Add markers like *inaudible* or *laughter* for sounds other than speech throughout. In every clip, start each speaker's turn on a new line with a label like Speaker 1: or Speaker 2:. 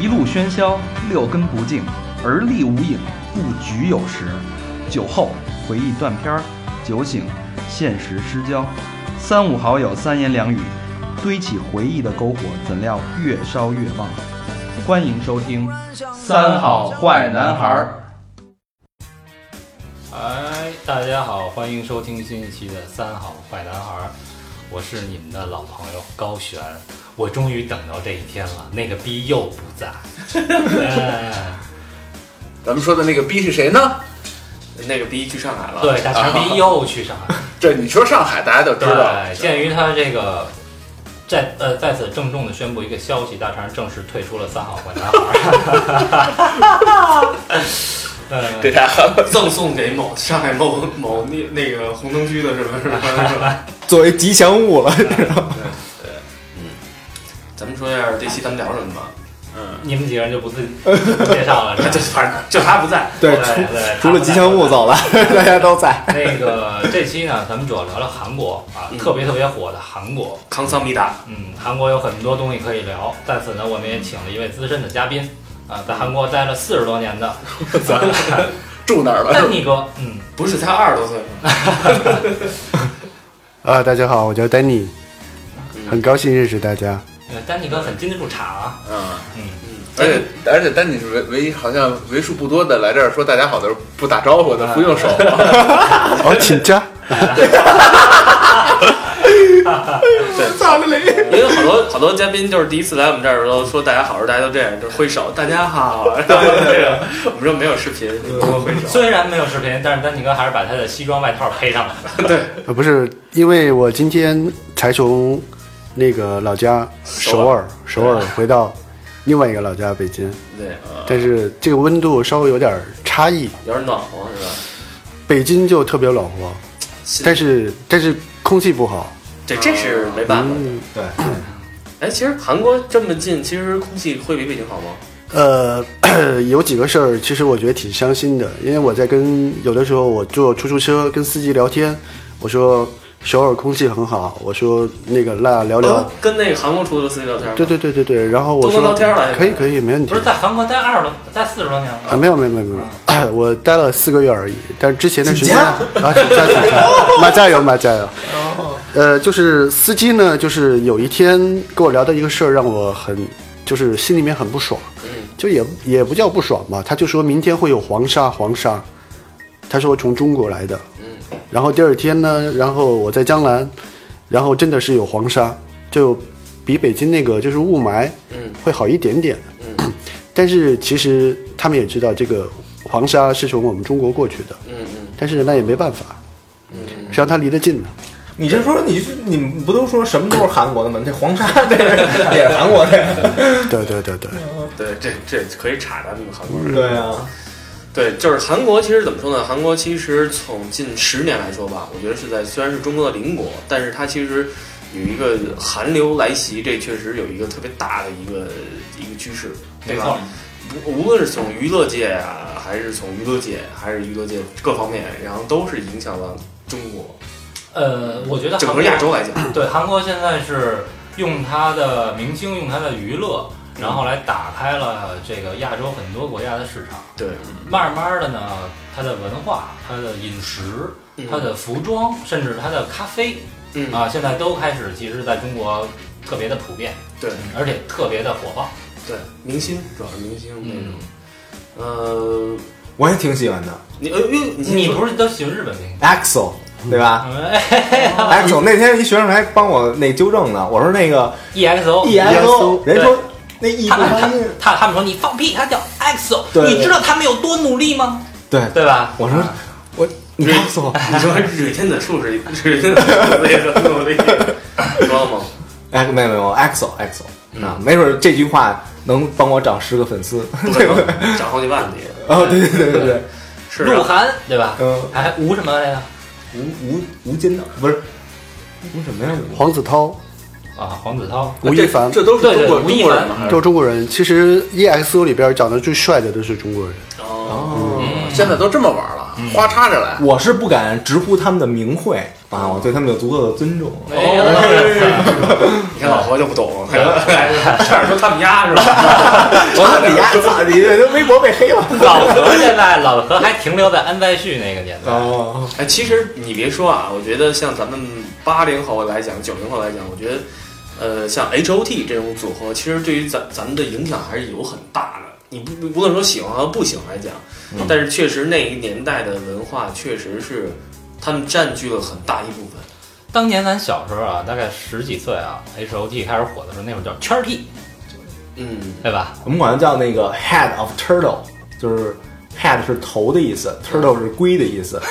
Speaker 1: 一路喧嚣，六根不净，而立无影，不局有时。酒后回忆断片儿，酒醒现实失焦。三五好友三言两语，堆起回忆的篝火，怎料越烧越旺。欢迎收听《三好坏男孩儿》。
Speaker 2: 哎，大家好，欢迎收听新一期的《三好坏男孩》，我是你们的老朋友高璇，我终于等到这一天了，那个逼又不
Speaker 3: *laughs*
Speaker 2: 在，哎
Speaker 4: 咱们说的那个逼是谁呢？啊
Speaker 3: 那个逼去上海了，
Speaker 2: 对，大长逼又去
Speaker 3: *laughs*
Speaker 2: 上海，
Speaker 4: 这你说上海，大家都知道。
Speaker 2: 对，鉴于他这个。在呃，在此郑重的宣布一个消息，大肠正式退出了三好坏男
Speaker 3: *laughs*
Speaker 2: 孩。
Speaker 4: 这家伙
Speaker 3: 赠送给某上海某某那那个红灯区的什么什么什么。
Speaker 5: 作为吉祥物了。
Speaker 3: 咱们说一下这期咱们聊什么吧。
Speaker 2: 呃，你们几个人就不自己介绍了，是吧
Speaker 3: *laughs* 就反正就他不在，
Speaker 5: 对，
Speaker 2: 对
Speaker 5: 除
Speaker 2: 对
Speaker 5: 除了吉祥物走了， *laughs* 大家都在。
Speaker 2: *laughs* 那个这期呢，咱们主要聊聊韩国啊，
Speaker 3: 嗯
Speaker 2: 特别特别火的韩国。
Speaker 3: 康桑米达，
Speaker 2: 嗯，韩国有很多东西可以聊，在此呢，我们也请了一位资深的嘉宾啊，在韩国待了四十多年
Speaker 3: *laughs*
Speaker 2: 的
Speaker 4: 住哪儿了？
Speaker 2: *laughs* 丹尼哥。嗯，
Speaker 3: 不是才二十多岁吗？
Speaker 5: 啊，大家好，我叫丹尼，很高兴认识大家。
Speaker 2: 呃丹尼哥很经得住场啊。
Speaker 4: 嗯，
Speaker 2: 嗯，
Speaker 4: 而且而且丹尼是唯唯一好像为数不多的来这儿说大家好的时候不打招呼
Speaker 2: 嗯
Speaker 4: 的，不用手。
Speaker 5: 哦，请 *laughs* 家。
Speaker 6: 啊
Speaker 3: 因为好多好多嘉宾就是第一次来我们这儿的时候说大家好时，大家都这样，就是挥手，大家好，然 *laughs* 后这个我们说没有视频，不会挥手。
Speaker 2: 虽然没有视频，但是丹尼哥还是把他的西装外套披上了。
Speaker 6: 呃，不是，因为我今天才从那个老家首尔首尔回到另外一个老家北京，
Speaker 3: 对，呃
Speaker 6: 但是这个温度稍微有点差异，
Speaker 3: 有点暖和是吧？
Speaker 6: 北京就特别暖和，但是但是空气不好，
Speaker 3: 这这是没办法的。
Speaker 6: 嗯，
Speaker 5: 对，
Speaker 3: 哎，其实韩国这么近，其实空气会比北京好吗？
Speaker 6: 呃， *clears throat* 有几个事儿其实我觉得挺伤心的，因为我在跟有的时候我坐出租车跟司机聊天，我说首尔空气很好，我说那个那聊聊。
Speaker 3: 哦跟那个韩国出租车司机聊天吗，
Speaker 6: 对对对对对，然后我
Speaker 3: 都能
Speaker 6: 说
Speaker 3: 聊天了
Speaker 6: 可以可以，没问题。
Speaker 2: 不是在韩国待二十多，待四十多年
Speaker 6: 啊，
Speaker 2: 了。
Speaker 6: 没有没有没有没有， *clears throat* 我待了四个月而已。但是之前的时间啊，请假请假，马加油马加油。呃，就是司机呢，就是有一天跟我聊到一个事儿，让我很就是心里面很不爽，
Speaker 3: 嗯
Speaker 6: 就也也不叫不爽吧，他就说明天会有黄沙黄沙，他说从中国来的，
Speaker 3: 嗯
Speaker 6: 然后第二天呢，然后我在江南，然后真的是有黄沙，就比北京那个就是雾霾
Speaker 3: 嗯
Speaker 6: 会好一点点。
Speaker 3: 嗯
Speaker 6: 但是其实他们也知道这个黄沙是从我们中国过去的，
Speaker 3: 嗯嗯。
Speaker 6: 但是那也没办法，
Speaker 3: 嗯
Speaker 6: 谁让它离得近呢？
Speaker 5: 你这说你是你们不都说什么都是韩国的吗？这黄沙这个也是韩国的呀。
Speaker 6: 对对对对，
Speaker 3: 对，这这可以查咱们韩国人。
Speaker 5: 对啊，
Speaker 3: 对，就是韩国，其实怎么说呢？韩国其实从近十年来说吧，我觉得是在虽然是中国的邻国，但是它其实有一个韩流来袭，这确实有一个特别大的一个一个趋势， *laughs* 对
Speaker 2: 没
Speaker 3: 吧
Speaker 2: 错？，
Speaker 3: 无无论是从娱乐界啊，还是从娱乐界，还是娱乐界各方面，然后都是影响了中国
Speaker 2: 呃，我觉得
Speaker 3: 整
Speaker 2: 韩国
Speaker 3: 个亚洲来讲。
Speaker 2: 对，韩国现在是用它的明星，用它的娱乐，然后来打开了这个亚洲很多国家的市场。
Speaker 3: 对，
Speaker 2: 慢慢的呢，它的文化、它的饮食、
Speaker 3: 嗯
Speaker 2: 它的服装，甚至它的咖啡
Speaker 3: 嗯
Speaker 2: 啊，现在都开始其实在中国特别的普遍，
Speaker 3: 对
Speaker 2: 而且特别的火爆。
Speaker 3: 对，明星主要是明星那种
Speaker 2: 嗯，
Speaker 3: 呃，
Speaker 5: 我也挺喜欢的
Speaker 3: 你呃，
Speaker 2: 你
Speaker 3: 不
Speaker 2: 不是都喜欢日本明星？
Speaker 5: ，EXO，对吧
Speaker 2: 哎
Speaker 5: 嗯？EXO 那天一学生还帮我那纠正呢，我说那个
Speaker 2: ，EXO，
Speaker 5: EXO，
Speaker 2: 对
Speaker 5: 人说那
Speaker 2: ，E
Speaker 5: E 不
Speaker 2: 他们
Speaker 5: 发
Speaker 2: 他
Speaker 5: 音，
Speaker 2: 他他们说你放屁，他叫 EXO，
Speaker 5: 对对
Speaker 2: 你知道他们有多努力吗？
Speaker 5: 对，
Speaker 2: 对吧？
Speaker 5: 我说我你告诉我
Speaker 3: 你说水天的处是水天的处也很努力，知道吗？
Speaker 5: 哎，没有没有，EXO EXO，啊，没准儿这句话能帮我涨十个粉丝。
Speaker 3: 不可能，涨好几万的也
Speaker 5: *laughs* 哦，对对对对对，
Speaker 3: 是
Speaker 2: 鹿
Speaker 3: 啊，
Speaker 2: 晗，对吧？
Speaker 5: 嗯，
Speaker 2: 还吴什么来着？
Speaker 5: 无无无间道不是无什么呀？无
Speaker 6: 黄子韬、
Speaker 2: 啊，黄子韬。
Speaker 6: 吴亦凡，
Speaker 4: 这都是
Speaker 2: 对
Speaker 4: 中
Speaker 2: 对
Speaker 4: 国
Speaker 2: 吴亦
Speaker 4: 中国人
Speaker 2: 凡
Speaker 4: 嘛？
Speaker 6: 都是中国人。其实 EXO 里边长得最帅的都是中国人，
Speaker 3: 哦，
Speaker 5: 哦，
Speaker 2: 嗯
Speaker 4: 现在都这么玩了，花插着来。
Speaker 5: 我是不敢直呼他们的名讳，啊，我对他们有足够的尊重。
Speaker 3: 哎
Speaker 2: 哎
Speaker 3: 呀你看老婆就不懂，
Speaker 4: 哦
Speaker 3: 还
Speaker 4: 哎
Speaker 3: 差点说他们家是吧？
Speaker 5: 我操你丫，操你这微博被黑了。
Speaker 2: 老
Speaker 4: 哎
Speaker 2: 何现在老何还停留在安在旭那个年代，
Speaker 5: *laughs* 哦，
Speaker 3: 哎，其实你别说啊，我觉得像咱们八零后来讲，九零后来讲，我觉得，呃，像 H O T 这种组合，其实对于咱咱们的影响还是有很大的。你不无论说喜欢和不喜欢来讲，但是确实那一年代的文化确实是他们占据了很大一部分。
Speaker 2: 当年咱小时候啊，大概十几岁啊，H O T 开始火的时候，那会儿叫圈儿 T，
Speaker 3: 嗯，
Speaker 2: 对吧？
Speaker 5: 我们管它叫那个 head of turtle，就是 head 是头的意思，turtle 是龟的 *laughs* 意思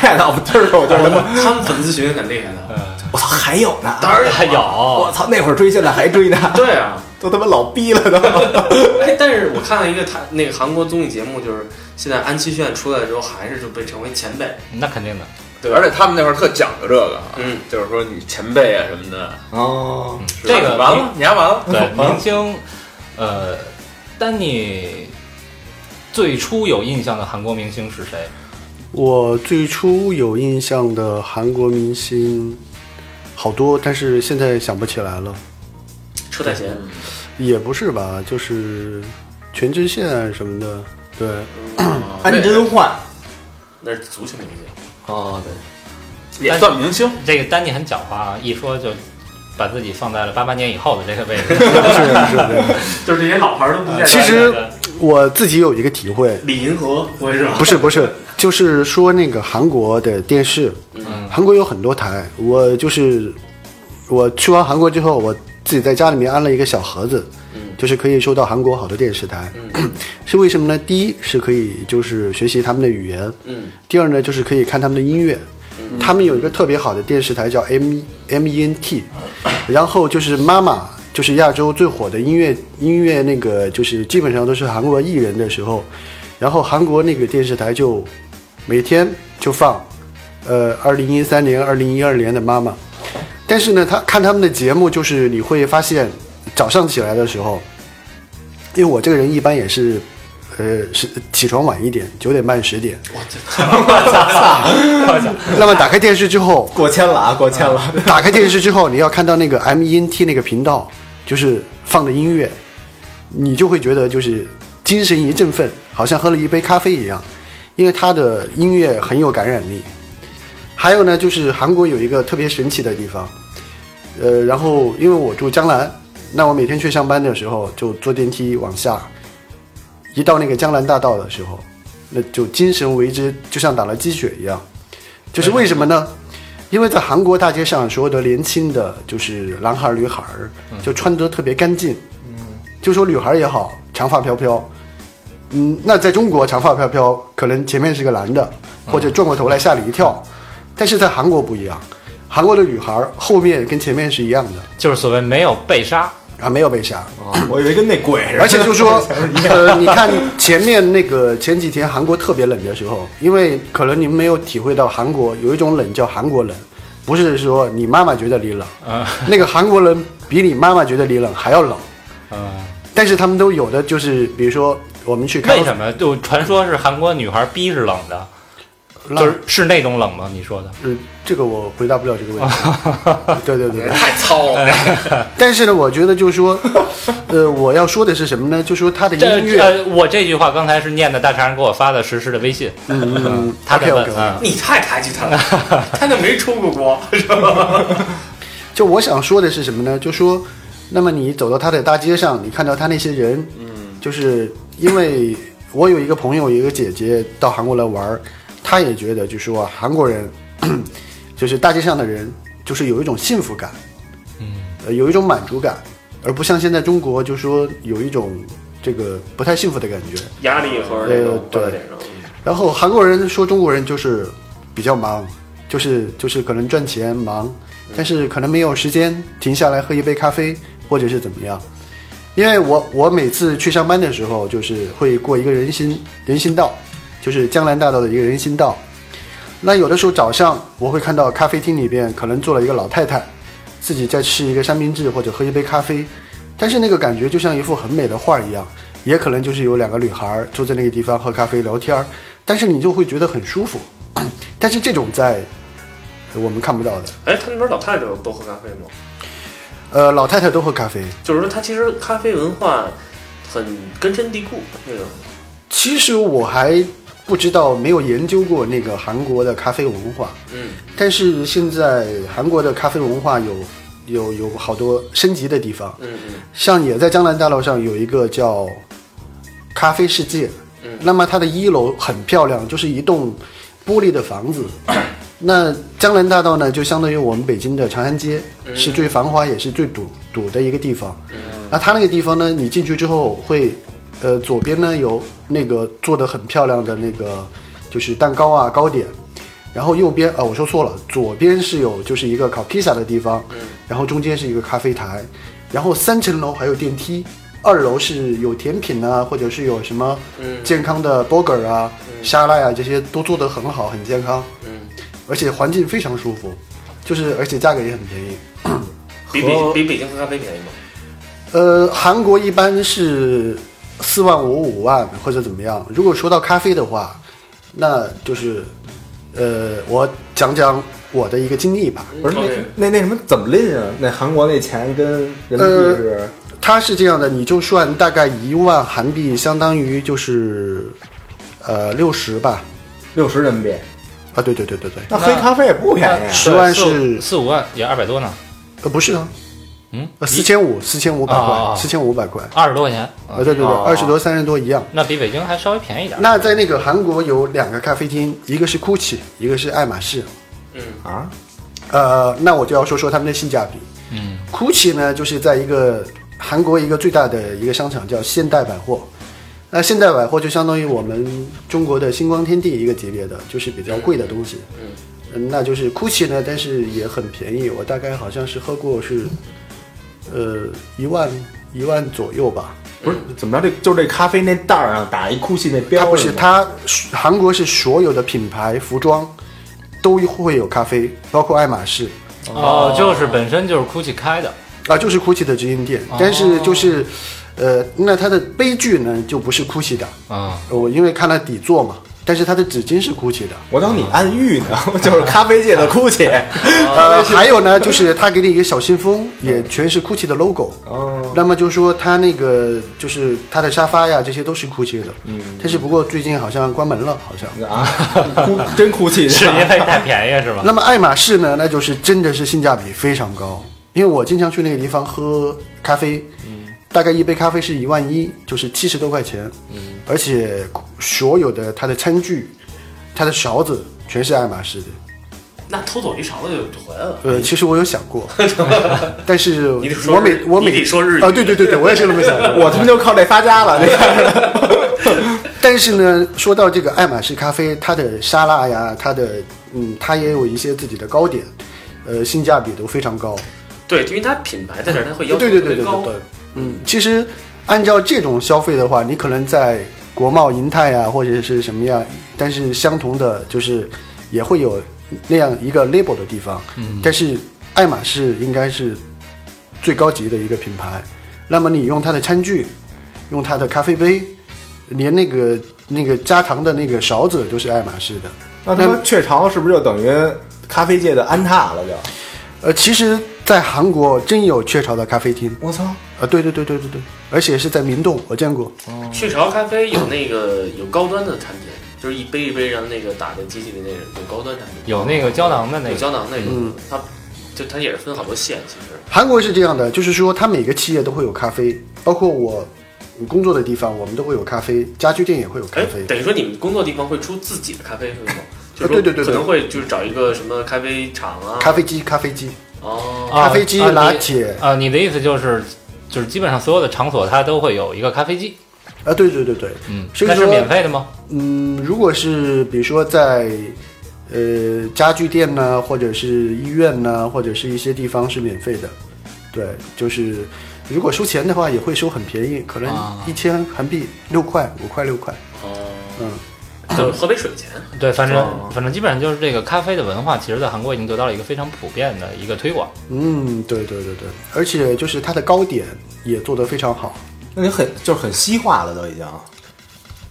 Speaker 5: ，head of turtle 就是他妈，
Speaker 3: *laughs* 他们粉丝群很厉害的，
Speaker 5: *laughs* 我操，还有呢，
Speaker 3: 当然
Speaker 2: 还 *laughs* 有，
Speaker 5: 我操，那会儿追，现在还追呢，
Speaker 3: 对啊。
Speaker 5: 哦 *laughs* 都他妈老逼了都。
Speaker 3: *laughs* 哎，但是我看了一个台那个韩国综艺节目，就是现在安七炫出来之后，还是就被成为前辈。
Speaker 2: 那肯定的。
Speaker 3: 对
Speaker 4: 而且他们那会儿特讲究这个，
Speaker 3: 嗯，
Speaker 4: 就是说你前辈啊什么的，
Speaker 5: *laughs* 哦，
Speaker 4: 是吧
Speaker 2: 嗯这个
Speaker 4: 完了，你还 *laughs* 完了，
Speaker 2: 对，明星，呃，丹尼最初有印象的韩国明星是谁？
Speaker 6: 我最初有印象的韩国明星好多，但是现在想不起来了。
Speaker 3: 车太贤，
Speaker 6: 也不是吧，就是全智贤什么的，对，
Speaker 4: 啊
Speaker 5: 安贞焕。
Speaker 3: 啊那是足球明星。
Speaker 5: 哦，对，
Speaker 4: 也算明星。
Speaker 2: 这个丹尼很狡猾啊，一说就把自己放在了八八年以后的这个位置。 *laughs*
Speaker 6: 是是是。
Speaker 3: 就是这些老牌儿都不在。
Speaker 6: 其实我自己有一个体会，
Speaker 3: 呃李银河不是吧？
Speaker 6: 不是不是，就是说那个韩国的电视，
Speaker 2: 嗯
Speaker 6: 韩国有很多台，我就是我去完韩国之后，我自己在家里面安了一个小盒子，就是可以收到韩国好的电视台， *clears throat* 是为什么呢？第一是可以就是学习他们的语言，
Speaker 3: 嗯
Speaker 6: 第二呢，就是可以看他们的音乐，他们有一个特别好的电视台叫 M M E N T，然后就是妈妈，就是亚洲最火的音乐音乐那个，就是基本上都是韩国艺人的时候，然后韩国那个电视台就每天就放，呃，二零一三年、二零一二年的妈妈，但是呢，他看他们的节目，就是你会发现早上起来的时候，因为我这个人一般也是。呃，是起床晚一点，九点半十点， *laughs* 那么打开电视之后，
Speaker 5: 过千了啊，过千了。
Speaker 6: 打开电视之后，你要看到那个 M E N T 那个频道，就是放的音乐，你就会觉得就是精神一振奋，好像喝了一杯咖啡一样，因为它的音乐很有感染力。还有呢，就是韩国有一个特别神奇的地方，呃，然后因为我住江南，那我每天去上班的时候就坐电梯往下，一到那个江南大道的时候，那就精神为之，就像打了鸡血一样。就是为什么呢？因为在韩国大街上，所有的年轻的就是男孩儿女孩儿，就穿得特别干净，就说女孩儿也好，长发飘飘，嗯，那在中国长发飘飘，可能前面是个男的，或者转过头来吓你一跳，但是在韩国不一样，韩国的女孩儿后面跟前面是一样的
Speaker 2: 就是所谓没有被杀，
Speaker 6: 啊，没有被杀，
Speaker 5: 哦我以为跟那鬼
Speaker 2: *laughs*
Speaker 5: 似的。
Speaker 6: 而且
Speaker 5: *laughs*
Speaker 6: 就说， *laughs* 呃，你看前面那个前几天韩国特别冷的时候，因为可能你们没有体会到韩国有一种冷叫韩国冷，不是说你妈妈觉
Speaker 2: *laughs*
Speaker 6: 得你冷，
Speaker 2: 嗯
Speaker 6: 那个韩国人比你妈妈觉得你冷还要冷。
Speaker 2: 嗯，
Speaker 6: 但是他们都有的就是，比如说我们去
Speaker 2: 为什么？就传说是韩国女孩逼是冷的，
Speaker 6: 那
Speaker 2: 就是是那种冷吗？你说的？
Speaker 6: 呃，这个我回答不了这个问
Speaker 2: *laughs*
Speaker 6: 题。对对对，
Speaker 4: 太糙
Speaker 3: 哎
Speaker 4: 了，
Speaker 6: 但是呢，我觉得就是说，呃，我要说的是什么呢？就是说他的音
Speaker 2: 这
Speaker 6: 乐，
Speaker 2: 呃，我这句话刚才是念的大肠给我发的实时的微信，
Speaker 6: 嗯嗯嗯
Speaker 2: 他在问
Speaker 6: OK，OK，OK
Speaker 2: 嗯
Speaker 3: 你太抬举他了，他那没出过国，是吧？
Speaker 6: 就我想说的是什么呢？就说，那么你走到他的大街上，你看到他那些人，嗯，就是因为我有一个朋友，有一个姐姐到韩国来玩儿，她也觉得就是说韩国人， *clears throat* 就是大街上的人，就是有一种幸福感，嗯，呃，有一种满足感，而不像现在中国就说有一种这个不太幸福的感觉。
Speaker 3: *laughs* 压力和那种观点上，
Speaker 6: 然后韩国人说中国人就是比较忙，就是就是可能赚钱忙，但是可能没有时间停下来喝一杯咖啡，或者是怎么样。因为我我每次去上班的时候，就是会过一个人行人行道，就是江南大道的一个人行道。那有的时候早上我会看到咖啡厅里边可能坐了一个老太太，自己在吃一个三明治或者喝一杯咖啡，但是那个感觉就像一幅很美的画一样，也可能就是有两个女孩儿坐在那个地方 *clears throat* 喝咖啡聊天儿，但是你就会觉得很舒服。但是这种在就我们看不到的。
Speaker 3: 哎，他那边老太太都喝咖啡吗？
Speaker 6: 呃，老太太都喝咖啡。
Speaker 3: 就是说，他其实咖啡文化很根深蒂固那种。
Speaker 6: 其实我还不知道，没有研究过那个韩国的咖啡文化。
Speaker 3: 嗯，
Speaker 6: 但是现在韩国的咖啡文化有有有好多升级的地方，
Speaker 3: 嗯嗯
Speaker 6: 像也在江南大道上有一个叫咖啡世界，
Speaker 3: 嗯
Speaker 6: 那么它的一楼很漂亮，就是一栋玻璃的房子。那江南大道呢，就相当于我们北京的长安街，是最繁华也是最堵堵的一个地方。那它那个地方呢，你进去之后会，呃，左边呢有那个做的很漂亮的那个就是蛋糕啊糕点，然后右边啊、我说错了，左边是有就是一个烤披萨的地方，然后中间是一个咖啡台，然后三层楼还有电梯，二楼是有甜品啊，或者是有什么
Speaker 3: 嗯
Speaker 6: 健康的 burger 啊、沙拉呀、这些都做得很好，很健康，
Speaker 3: 嗯，
Speaker 6: 而且环境非常舒服，就是而且价格也很便宜。
Speaker 3: 比
Speaker 6: 和
Speaker 3: 北比北京喝咖啡便宜吗？
Speaker 6: 呃，韩国一般是四万五、五万或者怎么样。如果说到咖啡的话，那就是，呃，我讲讲我的一个经历吧。
Speaker 5: 不是那
Speaker 3: 嗯 OK
Speaker 5: 那那什么怎么拎啊？那韩国那钱跟人民币是
Speaker 6: 它是这样的，你就算大概一万韩币，相当于就是，呃，六十吧。
Speaker 5: 六十人民币，
Speaker 6: 啊，对对对对对，
Speaker 5: 那黑咖啡也不便宜啊。
Speaker 6: 哎十万
Speaker 2: 对哎四
Speaker 6: 是
Speaker 2: 五四五万也二百多呢，
Speaker 6: 呃，不是啊，
Speaker 2: 嗯，
Speaker 6: 四千五，四千五百
Speaker 2: 哦
Speaker 6: 块，四千五百块。
Speaker 2: 二十多块钱，
Speaker 6: 啊，对对对，
Speaker 5: 哦
Speaker 6: 二十多、三十多一样。
Speaker 2: 那比北京还稍微便宜一点。
Speaker 6: 那在那个韩国有两个咖啡厅，一个是 Gucci，一个是爱马仕。
Speaker 5: 啊，
Speaker 6: 呃，那我就要说说他们的性价比。
Speaker 2: 嗯
Speaker 6: GUCCI 呢，就是在一个韩国一个最大的一个商场叫现代百货。那现代百货就相当于我们中国的星光天地一个级别的，就是比较贵的东西。
Speaker 3: 嗯
Speaker 6: 嗯，那就是 GUCCI 呢，但是也很便宜，我大概好像是喝过是，呃，一万一万左右吧。
Speaker 5: 不是怎么着？这就是这咖啡那袋儿上打一 GUCCI 那标
Speaker 6: 它
Speaker 5: 吗，
Speaker 6: 不是，它韩国是所有的品牌服装都会有咖啡，包括爱马仕。
Speaker 2: 哦，就是本身就是 GUCCI 开的，
Speaker 6: 啊，就是 GUCCI 的直营店，
Speaker 5: 哦
Speaker 6: 但是就是，呃，那它的杯具呢就不是 GUCCI 的，呃
Speaker 2: 嗯，
Speaker 6: 我因为看了底座嘛，但是它的纸巾是 GUCCI 的。
Speaker 5: 我当你暗喻呢， *laughs* 就是咖啡界的 *laughs* GUCCI。
Speaker 6: 呃，还有呢，就是它给你一个小信封，也全是 GUCCI 的 logo。
Speaker 5: 嗯哦，
Speaker 6: 那么就说它那个就是它的沙发呀，这些都是 GUCCI 的。嗯。但是不过最近好像关门了，好像。
Speaker 5: 啊，哭真
Speaker 2: *laughs*
Speaker 5: GUCCI
Speaker 2: 是
Speaker 5: 吧
Speaker 2: 因为太便宜 *laughs* 是吧？
Speaker 6: 那么爱马仕呢，那就是真的是性价比非常高，因为我经常去那个地方喝咖啡，
Speaker 3: 嗯
Speaker 6: 大概一杯咖啡是一万一，就是七十多块钱，
Speaker 3: 嗯
Speaker 6: 而且所有的它的餐具、它的勺子全是爱马仕的。
Speaker 3: 那偷走一勺子就就回来了。
Speaker 6: 呃，其实我有想过，
Speaker 3: *laughs*
Speaker 6: 但是
Speaker 3: 哎你得说
Speaker 6: 我每
Speaker 3: 日
Speaker 6: 我每
Speaker 3: 你得说日语
Speaker 6: 啊，对对
Speaker 3: *laughs*
Speaker 6: 对对，我也是这么想的。
Speaker 5: *laughs* 我他妈就靠这发家 *laughs* 了。这个
Speaker 6: 但是呢，说到这个爱马仕咖啡，它的沙拉呀，它的嗯，它也有一些自己的糕点，呃，性价比都非常高。
Speaker 3: 对，因为它品牌在这儿，它会要求
Speaker 6: 对对
Speaker 3: 特
Speaker 6: 对对
Speaker 3: 别高
Speaker 6: 对对，嗯，其实按照这种消费的话，你可能在国贸、银泰啊，或者是什么样，但是相同的就是也会有那样一个 label 的地方，嗯，但是爱马仕应该是最高级的一个品牌，那么你用它的餐具，用它的咖啡杯，连那个那个加糖的那个勺子都是爱马仕的，
Speaker 5: 那他妈雀巢是不是就等于咖啡界的安踏了？就
Speaker 6: 呃，其实，在韩国真有雀巢的咖啡厅，
Speaker 5: 我操，
Speaker 6: 啊，对对对对对对，而且是在明洞，我见过。
Speaker 3: 雀巢咖啡有那个有高端的产品，就是一杯一杯让那个打在机器里那个有高端产品，
Speaker 2: 有那个胶囊的那
Speaker 3: 有
Speaker 2: 个，
Speaker 3: 胶囊那种，
Speaker 6: 嗯
Speaker 3: 它就它也是分好多线，其实
Speaker 6: 韩国是这样的，就是说它每个企业都会有咖啡，包括我工作的地方，我们都会有咖啡，家居店也会有咖
Speaker 3: 哎
Speaker 6: 啡，。
Speaker 3: 等于说你们工作地方会出自己的咖啡是吗？就
Speaker 6: 啊
Speaker 3: 是
Speaker 6: 对对对对
Speaker 3: 可能会就是找一个什么咖啡厂啊，
Speaker 6: 咖啡机，咖啡机，
Speaker 3: 哦，
Speaker 2: 啊
Speaker 6: 咖啡机、
Speaker 2: 啊
Speaker 6: 拿
Speaker 2: 你
Speaker 6: 铁，
Speaker 2: 啊，你的意思就是，就是基本上所有的场所它都会有一个咖啡机，
Speaker 6: 啊，对对对对，
Speaker 2: 嗯，
Speaker 6: 所以
Speaker 2: 那是
Speaker 6: 说
Speaker 2: 免费的吗？
Speaker 6: 嗯，如果是比如说在呃家具店呢，或者是医院呢，或者是一些地方是免费的，对，就是如果收钱的话，也会收很便宜，可能
Speaker 2: 啊
Speaker 6: 一千韩币六块、五块、六块，
Speaker 3: 哦，
Speaker 6: 嗯。
Speaker 3: 就是喝杯水钱，
Speaker 2: 对，反
Speaker 3: 哦
Speaker 2: 正反正基本上就是这个咖啡的文化，其实在韩国已经得到了一个非常普遍的一个推广。
Speaker 6: 嗯，对对对对，而且就是它的糕点也做得非常好。
Speaker 5: 那你很就是很西化了，都已经。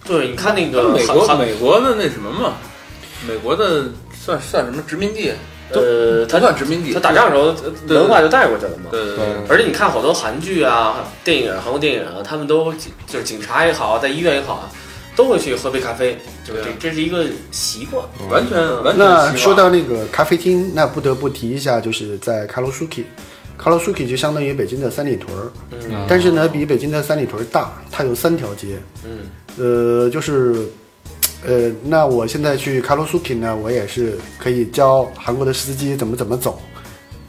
Speaker 3: 对，你看那个
Speaker 4: 美
Speaker 3: 韩
Speaker 4: 国
Speaker 3: 韩
Speaker 4: 美国的那什么嘛，美国的算算什么殖民地？
Speaker 3: 呃，他
Speaker 4: 不算殖民地
Speaker 3: 他，打仗的时候呃
Speaker 4: 对
Speaker 3: 文化就带过去了嘛。
Speaker 4: 对对对，
Speaker 3: 而且你看好多韩剧啊、电影、韩国电影啊，他们都就是警察也好，在医院也好啊，都会去喝杯咖啡，就是这
Speaker 4: 对
Speaker 3: 这是一个习惯。
Speaker 4: 嗯完全完全
Speaker 6: 那
Speaker 4: 希望
Speaker 6: 说到那个咖啡厅，那不得不提一下，就是在 Karosuki。Karosuki 就相当于北京的三里屯儿，
Speaker 3: 嗯
Speaker 6: 但是呢，比北京的三里屯儿大，它有三条街。
Speaker 3: 嗯
Speaker 6: 呃，就是，呃，那我现在去 Karosuki 呢，我也是可以教韩国的司机怎么怎么走，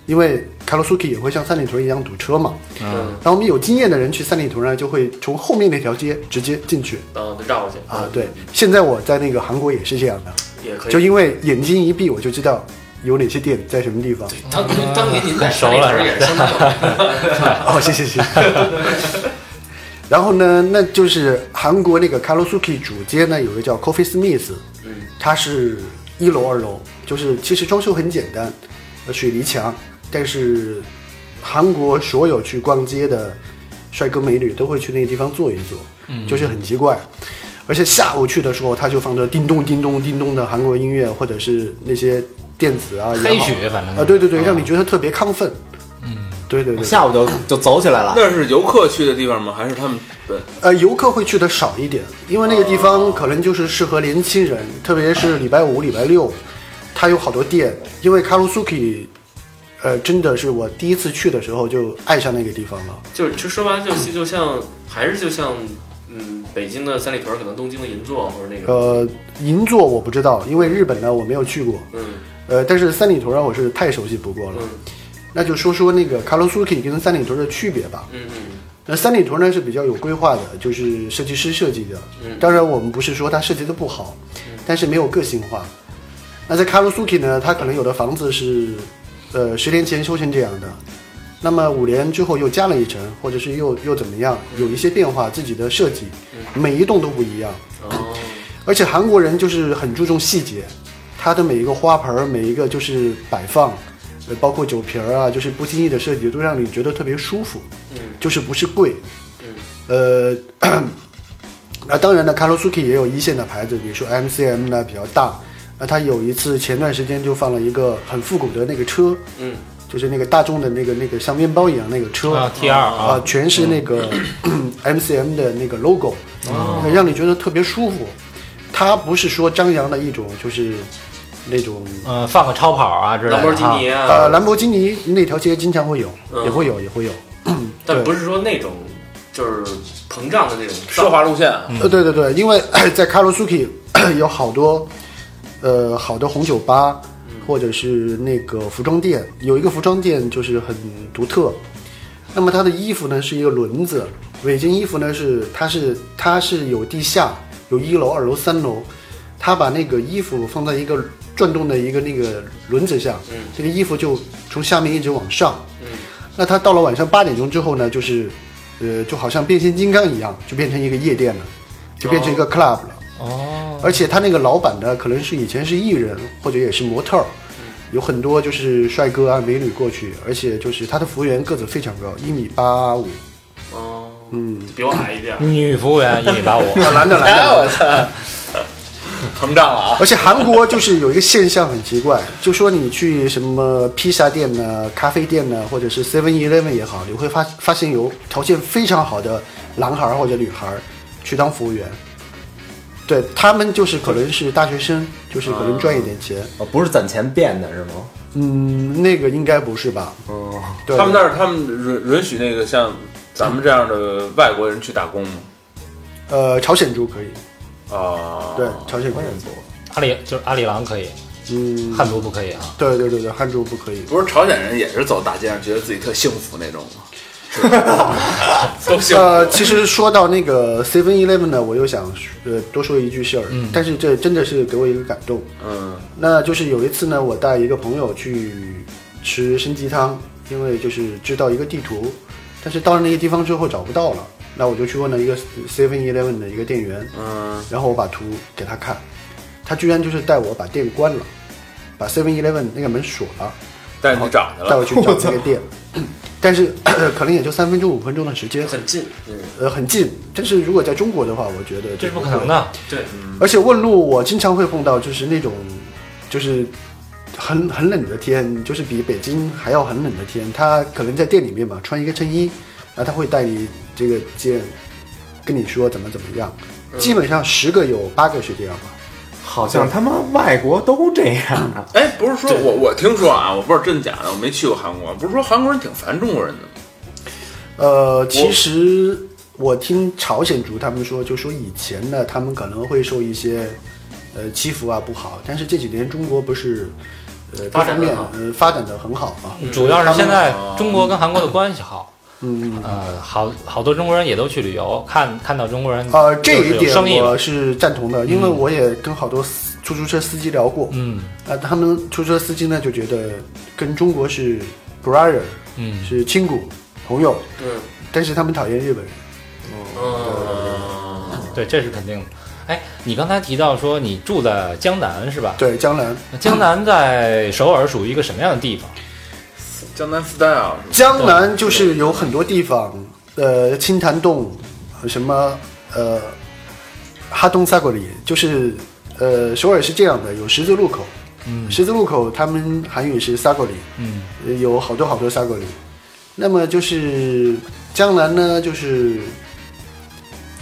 Speaker 6: 因为 Karosuki 也会像三里屯一样堵车嘛。
Speaker 3: 嗯，
Speaker 6: 然后我们有经验的人去三里屯呢，就会从后面那条街直接进去
Speaker 3: 然后绕过去
Speaker 6: 啊。对，现在我在那个韩国也是这样的，
Speaker 3: 也可以。
Speaker 6: 就因为眼睛一闭，我就知道有哪些店在什么地方。
Speaker 3: 当年当年您在
Speaker 2: 熟了
Speaker 3: 山里边也是相当有
Speaker 6: 哦，谢谢谢谢。
Speaker 3: *laughs*
Speaker 6: 然后呢，那就是韩国那个 Karosuki 主街呢，有个叫 Coffee Smith，
Speaker 3: 嗯
Speaker 6: 它是一楼二楼，就是其实装修很简单，呃水泥墙，但是韩国所有去逛街的帅哥美女都会去那个地方坐一坐，
Speaker 3: 嗯
Speaker 6: 就是很奇怪。而且下午去的时候，他就放着叮咚叮咚叮咚的韩国音乐，或者是那些电子啊，也
Speaker 2: 黑
Speaker 6: 好
Speaker 2: 曲反正
Speaker 6: 啊，对对对，让你觉得特别亢奋。嗯，对对对，
Speaker 5: 下午就就走起来了。
Speaker 4: 那是游客去的地方吗？还是他们本
Speaker 6: 呃，游客会去的少一点，因为那个地方可能就是适合年轻人，特别是礼拜五、礼拜六，它有好多店。因为 Karosuki，呃，真的是我第一次去的时候就爱上那个地方了。
Speaker 3: *laughs* 就是就说白了，就是就像还是就像嗯，北京的三里屯，可能东京的银座或者那个
Speaker 6: 呃，银座我不知道，因为日本呢我没有去过。
Speaker 3: 嗯
Speaker 6: 呃，但是三里屯啊我是太熟悉不过了。
Speaker 3: 嗯
Speaker 6: 那就说说那个 Karosuki 跟三里屯的区别吧。
Speaker 3: 嗯嗯
Speaker 6: 那三里屯呢是比较有规划的，就是设计师设计的。
Speaker 3: 嗯
Speaker 6: 当然，我们不是说它设计的不好，但是没有个性化。那在 Karosuki 呢，它可能有的房子是，呃，十年前修成这样的，那么五年之后又加了一层，或者是又又怎么样，有一些变化，自己的设计，每一栋都不一样。
Speaker 3: 哦
Speaker 6: 而且韩国人就是很注重细节，它的每一个花盆儿，每一个就是摆放，呃，包括酒瓶儿啊，就是不经意的设计，都让你觉得特别舒服。
Speaker 3: 嗯，
Speaker 6: 就是不是贵。
Speaker 3: 嗯，
Speaker 6: 呃，那当然呢，Karosuki 也有一线的牌子，比如说 MCM 呢比较大。那它有一次前段时间就放了一个很复古的那个车，
Speaker 3: 嗯
Speaker 6: 就是那个大众的那个那个像面包一样那个车
Speaker 2: 啊 T 二
Speaker 6: 啊、
Speaker 2: 啊，
Speaker 6: 全是那个、MCM *clears throat* 的那个 logo，、让你觉得特别舒服。它不是说张扬的一种，就是那种
Speaker 2: 嗯，放个超跑啊之类的
Speaker 3: 兰
Speaker 2: 啊。
Speaker 3: 博基尼啊，
Speaker 6: 呃，兰博基尼那条街经常会有，也会有，也会有。
Speaker 3: 但
Speaker 6: 对
Speaker 3: 不是说那种就是膨胀的那种
Speaker 4: 奢华路线啊？
Speaker 6: 呃，对对对，因为 *coughs* 在 Karosuki *coughs* 有好多呃好的红酒吧，
Speaker 3: 嗯
Speaker 6: 或者是那个服装店，有一个服装店就是很独特。那么它的衣服呢是一个轮子，每件衣服呢是它是它是有地下，有一楼、二楼、三楼，它把那个衣服放在一个转动的一个那个轮子上，
Speaker 3: 嗯
Speaker 6: 这个衣服就从下面一直往上。
Speaker 3: 嗯
Speaker 6: 那它到了晚上八点钟之后呢，就是，呃，就好像变形金刚一样，就变成一个夜店了，就变成一个 club 了。哦。而且他那个老板呢，可能是以前是艺人或者也是模特儿，有很多就是帅哥啊美女过去，而且就是他的服务员个子非常高，一米八五。
Speaker 3: 哦，嗯，比我矮一点。
Speaker 2: 女服务员一米八
Speaker 6: *laughs*
Speaker 2: 五，
Speaker 6: 啊，男的男的。
Speaker 4: 哎我操， *laughs* 膨胀了啊！
Speaker 6: 而且韩国就是有一个现象很奇怪，就说你去什么披萨店呢、咖啡店呢，或者是 Seven Eleven 也好，你会发发现有条件非常好的男孩儿或者女孩儿去当服务员。对他们就是可能是大学生，就是可能赚一点钱。
Speaker 5: 哦，不是攒钱变的是吗？
Speaker 6: 嗯，那个应该不是吧？
Speaker 5: 哦，
Speaker 6: 对，
Speaker 4: 他们那儿他们允允许那个像咱们这样的外国人去打工吗？
Speaker 6: 呃，朝鲜族可以，
Speaker 4: 啊，
Speaker 6: 对，哦朝鲜族
Speaker 5: 关。键做
Speaker 2: 阿里就是阿里郎可以，
Speaker 6: 嗯，
Speaker 2: 汉族不可以啊。
Speaker 6: 对对对对，汉族不可以。
Speaker 4: 不是朝鲜人也是走大街上觉得自己特幸福那种吗？
Speaker 6: 呃，其实说到那个 Seven Eleven 呢，我又想呃多说一句事儿，但是这真的是给我一个感动。
Speaker 4: 嗯，
Speaker 6: 那就是有一次呢，我带一个朋友去吃参鸡汤，因为就是知道一个地图，但是到了那个地方之后找不到了，那我就去问了一个 Seven Eleven 的一个店员，
Speaker 4: 嗯，
Speaker 6: 然后我把图给他看，他居然就是带我把店关了，把 Seven Eleven 那个门锁了。
Speaker 4: 带你去找去
Speaker 6: 带
Speaker 4: 了
Speaker 6: 我去找这个
Speaker 2: *laughs*
Speaker 6: 店，但是呃可能也就三分钟五分钟的时间，
Speaker 3: 很近，嗯，
Speaker 6: 呃，很近。但是如果在中国的话，我觉得
Speaker 2: 这是不可
Speaker 6: 会
Speaker 2: 能。的，
Speaker 3: 对，
Speaker 6: 而且问路，我经常会碰到就是那种，就是很很冷的天，就是比北京还要很冷的天，他可能在店里面嘛，穿一个衬衣，然后他会带你这个见，跟你说怎么怎么样，
Speaker 2: 嗯
Speaker 6: 基本上十个有八个是这样吧。
Speaker 5: 好像他妈外国都这样啊！
Speaker 4: 哎，不是说我我听说啊，我不知道真假的，我没去过韩国，不是说韩国人挺烦中国人的吗？
Speaker 6: 呃，其实我听朝鲜族他们说，就说以前呢，他们可能会受一些呃欺负啊不好，但是这几年中国不是呃各
Speaker 3: 发展
Speaker 6: 方
Speaker 3: 得
Speaker 6: 面
Speaker 3: 很好
Speaker 6: 呃发展的很好嘛，
Speaker 2: 主要是现在中国跟韩国的关系好，
Speaker 6: 嗯，
Speaker 2: 呃，好好多中国人也都去旅游，看看到中国人
Speaker 6: 呃这
Speaker 2: 就是
Speaker 6: 一
Speaker 2: 有
Speaker 6: 点
Speaker 2: 生意嘛，
Speaker 6: 我是赞同
Speaker 3: 嗯
Speaker 6: 的，因为我也跟好多司出租车司机聊过，
Speaker 2: 嗯
Speaker 6: 啊、他们出租车司机呢就觉得跟中国是 brother
Speaker 2: 嗯，
Speaker 6: 是亲骨朋友，
Speaker 3: 嗯
Speaker 6: 但是他们讨厌日本人，
Speaker 3: 嗯，
Speaker 2: 对，这是肯定的。哎，你刚才提到说你住在江南是吧？
Speaker 6: 对江南
Speaker 2: 那江南在首尔属于一个什么样的地方？
Speaker 4: 江南啊 style 是吧
Speaker 6: 江南就是有很多地方，呃，青潭洞，什么呃，哈东萨果里，就是呃，首尔是这样的，有十字路口，
Speaker 2: 嗯
Speaker 6: 十字路口他们韩语是萨果里，
Speaker 2: 嗯
Speaker 6: 呃有好多好多萨果里。那么就是江南呢，就是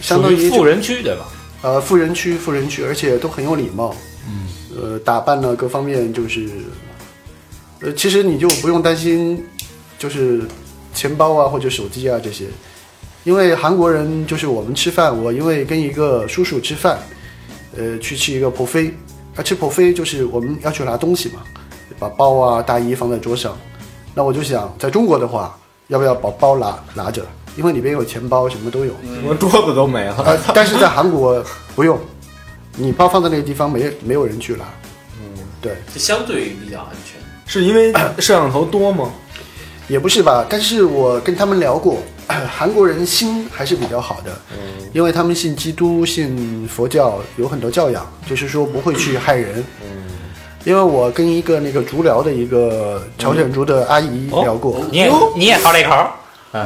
Speaker 6: 相当于
Speaker 2: 属于
Speaker 6: 就
Speaker 2: 富人区对吧？
Speaker 6: 呃富人区，富人区，而且都很有礼貌，
Speaker 2: 嗯，
Speaker 6: 呃，打扮呢各方面就是，呃，其实你就不用担心，就是钱包啊或者手机啊这些，因为韩国人就是我们吃饭，我因为跟一个叔叔吃饭，呃，去吃一个 buffet，啊，吃 buffet 就是我们要去拿东西嘛，把包啊大衣放在桌上，那我就想在中国的话，要不要把包拿拿着？因为里边有钱包，什么都有。
Speaker 5: 我桌子都没了。
Speaker 6: *laughs* 呃，但是在韩国不用，你包放在那个地方没没有人去拿。嗯，对，
Speaker 3: 这相对比较安全。
Speaker 5: 是因为摄像头多吗？
Speaker 6: 也不是吧？但是我跟他们聊过， *clears throat* 韩国人心还是比较好的，嗯、因为他们信基督、信佛教，有很多教养，就是说不会去害人。嗯，因为我跟一个那个足疗的一个朝鲜族的阿姨聊过，
Speaker 2: 你也
Speaker 5: 哟
Speaker 2: 你也好这口儿，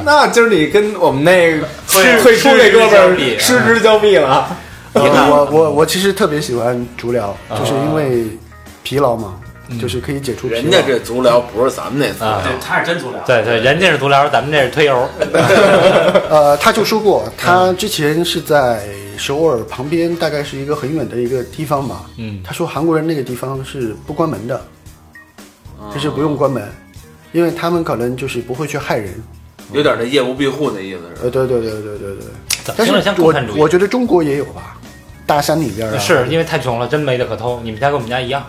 Speaker 5: 那今儿你跟我们那个
Speaker 2: 会
Speaker 5: 退出这哥
Speaker 2: 失之交
Speaker 5: 们
Speaker 2: 臂
Speaker 5: 儿
Speaker 2: 啊
Speaker 5: 失之交臂了。
Speaker 6: 呃我我我其实特别喜欢足疗，就是因为疲劳嘛，就是可以解除疲劳。
Speaker 4: 人家这足疗不是咱们那足疗，
Speaker 2: 啊
Speaker 3: 对，他是真足疗。
Speaker 2: 对对，人家是足疗，咱们这是推油。哎
Speaker 6: 呃，他就说过，他之前是在首尔旁边，大概是一个很远的一个地方嘛。
Speaker 2: 嗯
Speaker 6: 他说韩国人那个地方是不关门的，
Speaker 2: 啊
Speaker 6: 就是不用关门，因为他们可能就是不会去害人。
Speaker 4: 有点那业务庇护那意思是吧。
Speaker 6: 呃，对对对对对对。
Speaker 2: 怎么
Speaker 6: 但
Speaker 2: 听着像
Speaker 6: 是
Speaker 2: 共产主
Speaker 6: 我我
Speaker 2: 义？
Speaker 6: 觉得中国也有吧，大山里边啊。
Speaker 2: 是因为太穷了，真没得可偷。你们家跟我们家一样，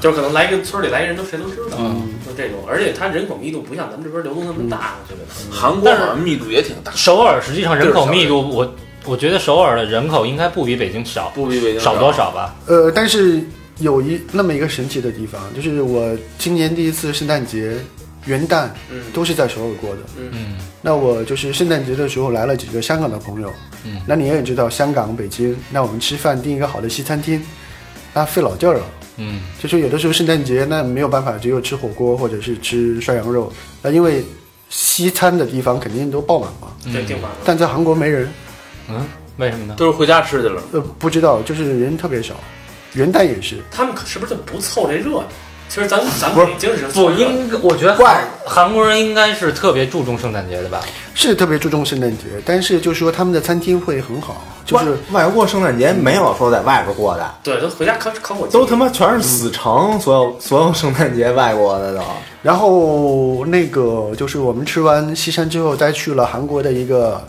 Speaker 3: 就是可能来一个村里来一人都谁都知道，就这种，而且它人口密度不像咱们这边流动那么大，我觉得。
Speaker 4: 韩国好像密度也挺大，
Speaker 2: 首尔实际上人口密度，我我觉得首尔的人口应该不比北京少，
Speaker 4: 不比北京
Speaker 2: 少多？少吧？
Speaker 6: 呃，但是有一那么一个神奇的地方，就是我今年第一次圣诞节、元旦
Speaker 3: 嗯
Speaker 6: 都是在首尔过的。
Speaker 2: 嗯
Speaker 6: 那我就是圣诞节的时候来了几个香港的朋友，
Speaker 2: 嗯，
Speaker 6: 那你也知道香港、北京，那我们吃饭订一个好的西餐厅，那费老劲儿了。
Speaker 2: 嗯
Speaker 6: 就说有的时候圣诞节那没有办法，只有吃火锅或者是吃涮羊肉，那因为西餐的地方肯定都爆满嘛。
Speaker 3: 对，定满了。
Speaker 6: 但在韩国没人，
Speaker 2: 嗯，为什么呢？
Speaker 4: 都是回家吃去了。
Speaker 6: 呃，不知道，就是人特别少。元旦也是，
Speaker 3: 他们可是不是就不凑这热闹？其实咱
Speaker 4: *laughs*
Speaker 3: 们咱
Speaker 2: 不
Speaker 3: 们
Speaker 2: 是
Speaker 3: 北京是
Speaker 2: 不
Speaker 3: 凑热闹
Speaker 2: 应，我觉得
Speaker 5: 怪
Speaker 2: 韩国人应该是特别注重圣诞节的吧？
Speaker 6: 是特别注重圣诞节，但是就说他们的餐厅会很好，就是
Speaker 5: 外外国圣诞节没有说在外边过的，
Speaker 3: 对，都回家烤烤火鸡，
Speaker 5: 都他妈全是死城，所有所有圣诞节外国的都。
Speaker 6: 然后那个就是我们吃完西餐之后，再去了韩国的一个，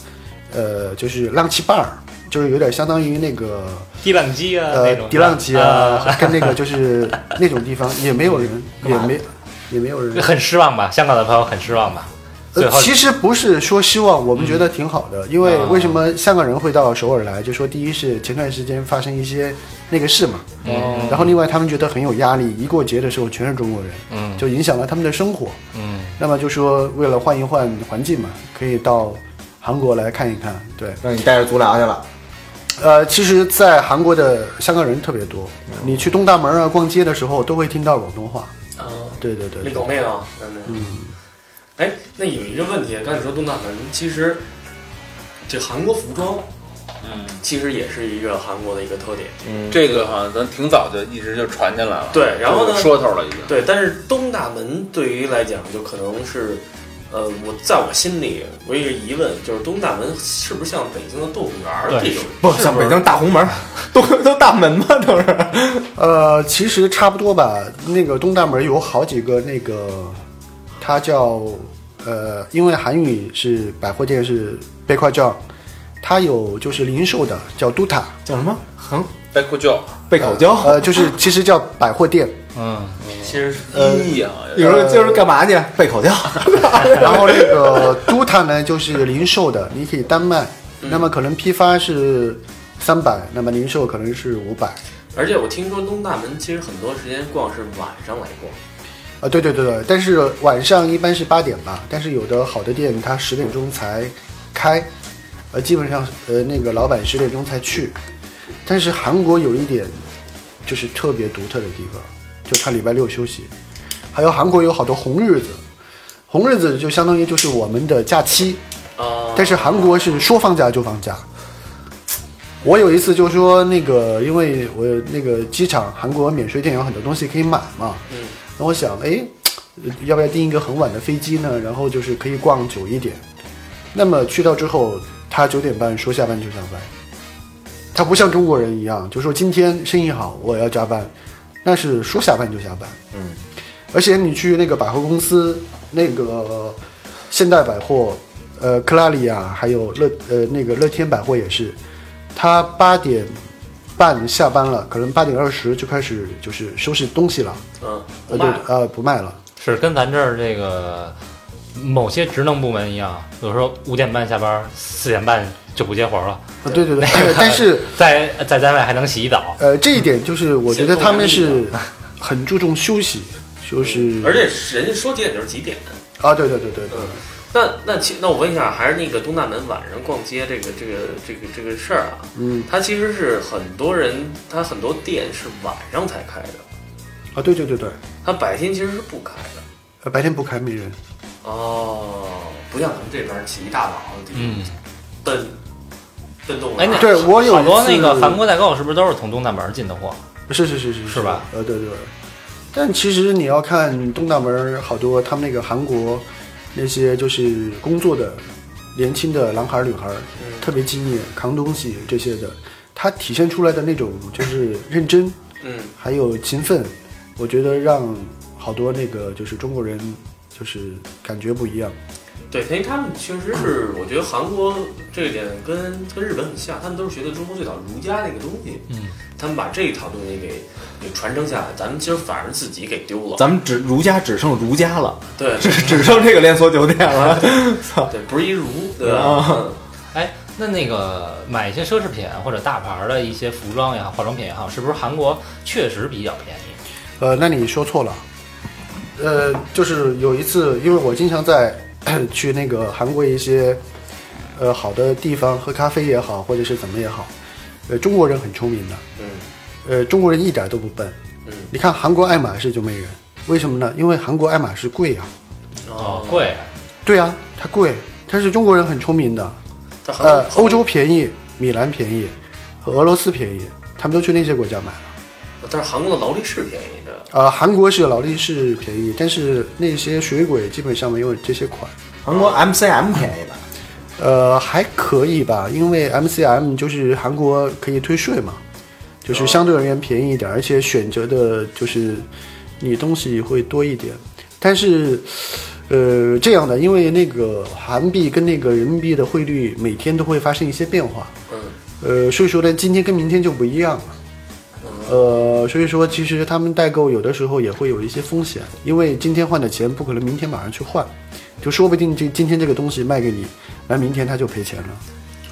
Speaker 6: 呃，就是浪气伴儿，就是有点相当于那个
Speaker 2: 迪朗基啊，
Speaker 6: 呃
Speaker 2: 那种
Speaker 6: 迪浪奇啊
Speaker 2: 啊，，
Speaker 6: 跟那个就是那种地方也没
Speaker 2: *laughs*
Speaker 6: 有人，也没也没有人。
Speaker 2: 很失望吧？香港的朋友很失望吧？最
Speaker 6: 呃，
Speaker 2: 后
Speaker 6: 其实不是说希望，我们觉得挺好的，
Speaker 2: 嗯
Speaker 6: 因
Speaker 2: 啊
Speaker 6: 为为什么香港人会到首尔来？就说第一是前段时间发生一些那个事嘛，
Speaker 2: 嗯
Speaker 6: 然后另外他们觉得很有压力，一过节的时候全是中国人，
Speaker 2: 嗯
Speaker 6: 就影响了他们的生活。
Speaker 2: 嗯，
Speaker 6: 那么就说为了换一换环境嘛，可以到韩国来看一看。对，
Speaker 5: 让你带着足疗去了，
Speaker 6: 呃，其实，在韩国的香港人特别多，
Speaker 2: 嗯
Speaker 6: 你去东大门啊逛街的时候，都会听到广东话。
Speaker 3: 啊，
Speaker 6: 对对对
Speaker 3: 那
Speaker 6: 对
Speaker 3: 狗妹啊，真的。
Speaker 6: 嗯，
Speaker 3: 哎，那有一个问题，刚才你说东大门，其实这韩国服装
Speaker 4: 嗯，
Speaker 3: 其实也是一个韩国的一个特点。
Speaker 5: 嗯，
Speaker 4: 这个好像咱挺早就一直就传进来了，
Speaker 3: 对然后呢
Speaker 4: 就有说头了已经。
Speaker 3: 对，但是东大门对于来讲，就可能是，呃，我在我心里，我有一个疑问，就是东大门是不是像北京的动物园儿
Speaker 2: 对
Speaker 3: 这种？
Speaker 5: 不
Speaker 3: 是是
Speaker 5: 像北京大红门， *laughs* 都都大门嘛，都是。
Speaker 6: 呃，其实差不多吧。那个东大门有好几个那个，它叫呃，因为韩语是百货店是贝块酱，它有就是零售的叫都塔，
Speaker 5: 叫什么？横
Speaker 4: 白裤胶，
Speaker 3: 嗯
Speaker 5: 背口胶。
Speaker 6: 呃，就是其实叫百货店。
Speaker 2: 嗯，
Speaker 3: 其实是
Speaker 4: 一啊，
Speaker 3: 嗯
Speaker 5: 有时候就是干嘛去？背口胶。
Speaker 6: 然后那个都塔呢，就是零售的，你可以单卖。那么可能批发是三百，那么零售可能是五百。
Speaker 3: 而且我听说东大门其实很多时间逛是晚上来逛，
Speaker 6: 啊，对对对对，但是晚上一般是八点吧，但是有的好的店它十点钟才开，呃，基本上呃那个老板十点钟才去。但是韩国有一点就是特别独特的地方，就它礼拜六休息，还有韩国有好多红日子，红日子就相当于就是我们的假期，
Speaker 3: 啊、
Speaker 6: 但是韩国是说放假就放假。我有一次就说那个，因为我那个机场韩国免税店有很多东西可以买嘛，
Speaker 3: 嗯，
Speaker 6: 那我想，哎，要不要订一个很晚的飞机呢？然后就是可以逛久一点。那么去到之后，他九点半说下班就下班，他不像中国人一样，就说今天生意好我要加班，那是说下班就下班。嗯，而且你去那个百货公司，那个现代百货，呃，克拉里亚还有乐呃那个乐天百货也是，他八点半下班了，可能八点二十就开始就是收拾东西了。
Speaker 3: 嗯，
Speaker 6: 呃，
Speaker 3: 不
Speaker 6: 对
Speaker 3: 卖了，，
Speaker 6: 呃，不卖了。
Speaker 2: 是跟咱这儿这个某些职能部门一样，有时候五点半下班，四点半就不接活了，
Speaker 6: 呃，对对对，呃但是
Speaker 2: 在在单位还能洗澡。
Speaker 6: 呃，这一点就是我觉得他们
Speaker 3: 先动
Speaker 6: 是很注重休息，就是
Speaker 3: 而且人家说几点就是几点。
Speaker 6: 啊，对对对对对
Speaker 3: 嗯，那那其那我问一下，还是那个东大门晚上逛街这个这个这个这个事儿啊，
Speaker 6: 嗯，
Speaker 3: 它其实是很多人，它很多店是晚上才开的，
Speaker 6: 啊，对对对对，
Speaker 3: 它白天其实是不开的。
Speaker 6: 呃，白天不开没人，
Speaker 3: 哦，不像咱们这边起一大早就
Speaker 2: 嗯，
Speaker 3: 奔奔动物
Speaker 2: 哎，
Speaker 3: 园
Speaker 2: 那
Speaker 6: 对我有
Speaker 2: 好多
Speaker 6: 一次
Speaker 2: 那个韩国代购是不是都是从东大门进的货？
Speaker 6: 是是是是
Speaker 2: 是吧？
Speaker 6: 呃，对对对，但其实你要看东大门儿好多他们那个韩国那些就是工作的年轻的男孩儿女孩儿，
Speaker 3: 嗯
Speaker 6: 特别敬业，扛东西这些的，他体现出来的那种就是认真，
Speaker 3: 嗯，
Speaker 6: 还有勤奋，我觉得让好多那个就是中国人就是感觉不一样。
Speaker 3: 对，因为他们确实是，我觉得韩国这一点跟跟日本很像，他们都是学的中国最早儒家那个东西，
Speaker 2: 嗯，
Speaker 3: 他们把这一套东西给给传承下来，咱们其实反而自己给丢了。
Speaker 5: *laughs* 咱们只儒家只剩儒家了，
Speaker 3: 对
Speaker 5: 只只剩这个连锁酒店了。
Speaker 3: 对，不是一儒，对吧？
Speaker 5: 啊
Speaker 3: 嗯
Speaker 2: 哎，那那个买一些奢侈品啊或者大牌儿的一些服装也好，化妆品也好，是不是韩国确实比较便宜？
Speaker 6: 呃，那你说错了。呃，就是有一次，因为我经常在 *coughs* 去那个韩国一些呃好的地方喝咖啡也好，或者是怎么也好，呃，中国人很聪明的，
Speaker 3: 嗯
Speaker 6: 呃，中国人一点都不笨。
Speaker 3: 嗯
Speaker 6: 你看韩国爱马仕就没人，为什么呢？因为韩国爱马仕贵啊。
Speaker 2: 哦，，贵。
Speaker 6: 对啊，它贵，但是中国人很聪明的，
Speaker 3: 在韩
Speaker 6: 呃，
Speaker 3: 国
Speaker 6: 欧洲便宜，米兰便宜，和俄罗斯便宜，他们都去那些国家买了。
Speaker 5: 呃
Speaker 3: 但是韩国的劳力士便宜的，
Speaker 6: 呃，韩国是劳力士便宜，但是那些水鬼基本上没有这些款。
Speaker 5: *laughs* 韩国 MCM 便宜吧？
Speaker 6: 呃，还可以吧，因为 MCM 就是韩国可以退税嘛，就是相对而言便宜一点，而且选择的就是你东西会多一点。但是，呃，这样的，因为那个韩币跟那个人民币的汇率每天都会发生一些变化，
Speaker 3: 嗯
Speaker 6: 呃，所以说呢，今天跟明天就不一样了。呃，所以说其实他们代购有的时候也会有一些风险，因为今天换的钱不可能明天马上去换，就说不定这今天这个东西卖给你，完明天他就赔钱了。